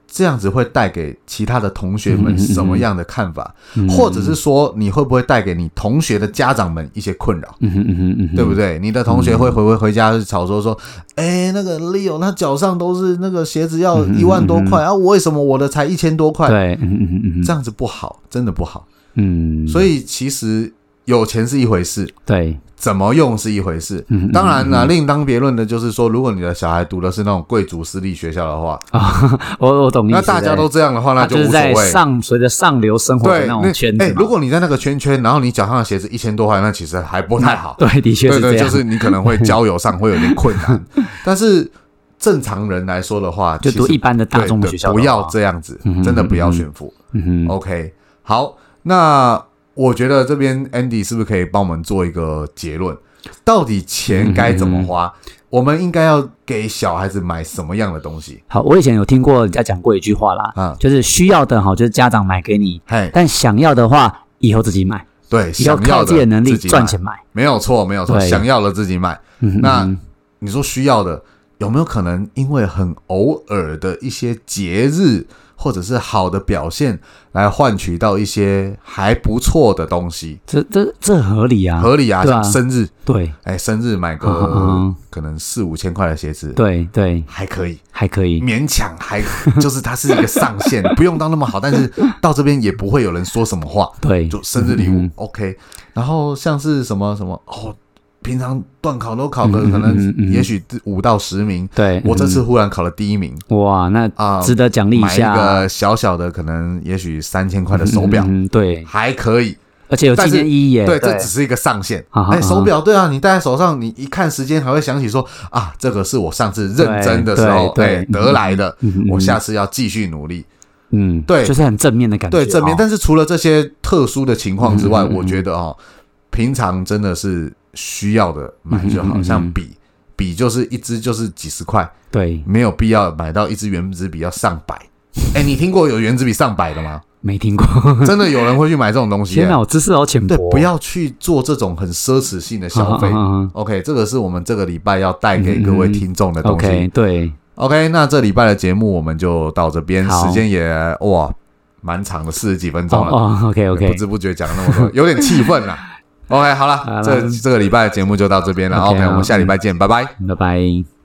A: 这样子会带给其他的同学们什么样的看法，
B: 嗯
A: 或者是说你会不会带给你同学的家长们一些困扰？
B: 嗯哼嗯哼嗯哼，嗯
A: 对不对？你的同学会回回回家就吵说说，哎、那个 Leo 他脚上都是那个鞋子
B: 嗯
A: 要一万多块、啊，我为什么我的才一千多块？
B: 对，嗯嗯嗯嗯，
A: 这样子不好，真的不好。
B: 嗯，
A: 所以其实有钱是一回事，
B: 对，
A: 怎么用是一回事。
B: 嗯
A: 当然了，另当别论的就是说，如果你的小孩读的是那种贵族私立学校的话，
B: 啊，我我懂你意
A: 那
B: 思，
A: 大家都这样的话，那
B: 对
A: 无
B: 是
A: 所
B: 在
A: 谓。
B: 上随着上流生活的
A: 对，
B: 那
A: 那
B: 种圈
A: 哎、
B: 子嘛。
A: 如果你在那个圈圈，然后你脚上的鞋子一千多块，那其实还不太好。
B: 对，的确
A: 对
B: 是这
A: 对，
B: 样，
A: 就是你可能会交友上会有点困难， 但是正常人来说的话，
B: 就
A: 其
B: 读
A: 实
B: 一般的大众的
A: 对对
B: 学校，
A: 不要，这哦样子
B: 嗯，哼
A: 真的不要炫富。
B: 嗯哼，
A: OK，好，那我觉得这边 Andy 是不是可以帮我们做一个结论？到底钱该怎么
B: 嗯
A: 花？我们应该要给小孩子买什么样的东西？
B: 好，我以前有听过人家讲过一句话啦，
A: 啊
B: 就是需要的哈，就是家长买给你，
A: 嘿，
B: 但想要的话，以后自己买，
A: 对，
B: 以后
A: 想要
B: 靠自己的能力
A: 自己买
B: 赚钱，买。
A: 没有错，没有错，
B: 对
A: 想要了自己买。
B: 嗯
A: 那你说需要的有没有可能因为很偶尔的一些节日或者是好的表现来换取到一些还不错的东西，
B: 这这这合理啊，
A: 合理啊，
B: 对啊
A: 像生日，
B: 对
A: 哎，生日买
B: 嗯嗯
A: 个
B: 嗯
A: 可能四五千块的鞋子，
B: 对对，
A: 还可以，
B: 还可以，
A: 勉强还 就是它是一个上限， 不用到那么好，但是到这边也不会有人说什么话，
B: 对
A: 就生日礼物
B: 嗯
A: OK。然后像是什么什么哦，平常段考都考的
B: 嗯嗯
A: 可
B: 嗯嗯
A: 能
B: 嗯
A: 也许五到十名，
B: 对，
A: 我这次
B: 嗯
A: 忽然考了第一名
B: 哇，那
A: 啊，
B: 值得奖励
A: 买一
B: 下啊，
A: 个小小的可能也许三千块的手表
B: 嗯嗯嗯对，
A: 还可以，
B: 而且有纪
A: 但是
B: 念意义耶，
A: 对，这只是一个上限。
B: 啊哈
A: 哎，
B: 啊哈
A: 手表对啊，你戴在手上，你一看时间还会想起说啊，这个是我上次认真的时候
B: 对对
A: 哎
B: 对
A: 得来的
B: 嗯嗯，嗯
A: 我下次要继续努力。
B: 嗯，
A: 对
B: 就是很正面的感觉，
A: 对正面，
B: 哦
A: 但是除啊了这些特殊的情况之外，
B: 嗯嗯嗯嗯
A: 我觉得哦，平常真的是需要的买就
B: 嗯嗯嗯
A: 好，
B: 嗯
A: 像笔，笔就是一支就是几十块，
B: 对，
A: 没有必要买到一支原子笔要上百。 哎，你听过有原子笔上百的吗？
B: 没听过，
A: 真的有人会去买这种东西？哎
B: 天哪，我知识好浅
A: 对
B: 薄，，啊
A: 不要去做这种很奢侈性的 消费
B: 啊。啊啊啊
A: OK，这个是我们这个礼拜要带给各位
B: 嗯嗯嗯
A: 听众的东西。
B: OK，对，
A: OK，那这礼拜的节目我们就到这边，
B: 好
A: 时间也哇蛮长的，四十几分
B: 哦
A: 钟了。
B: 哦，OK
A: 不
B: OK，
A: 知不觉讲了那 么多，有点气愤了。OK，好
B: 好
A: 了，
B: 啦
A: 这这个礼拜的节目就到这边了。
B: OK，
A: OK，我
B: 好
A: 们下礼拜见，拜拜。
B: 拜拜。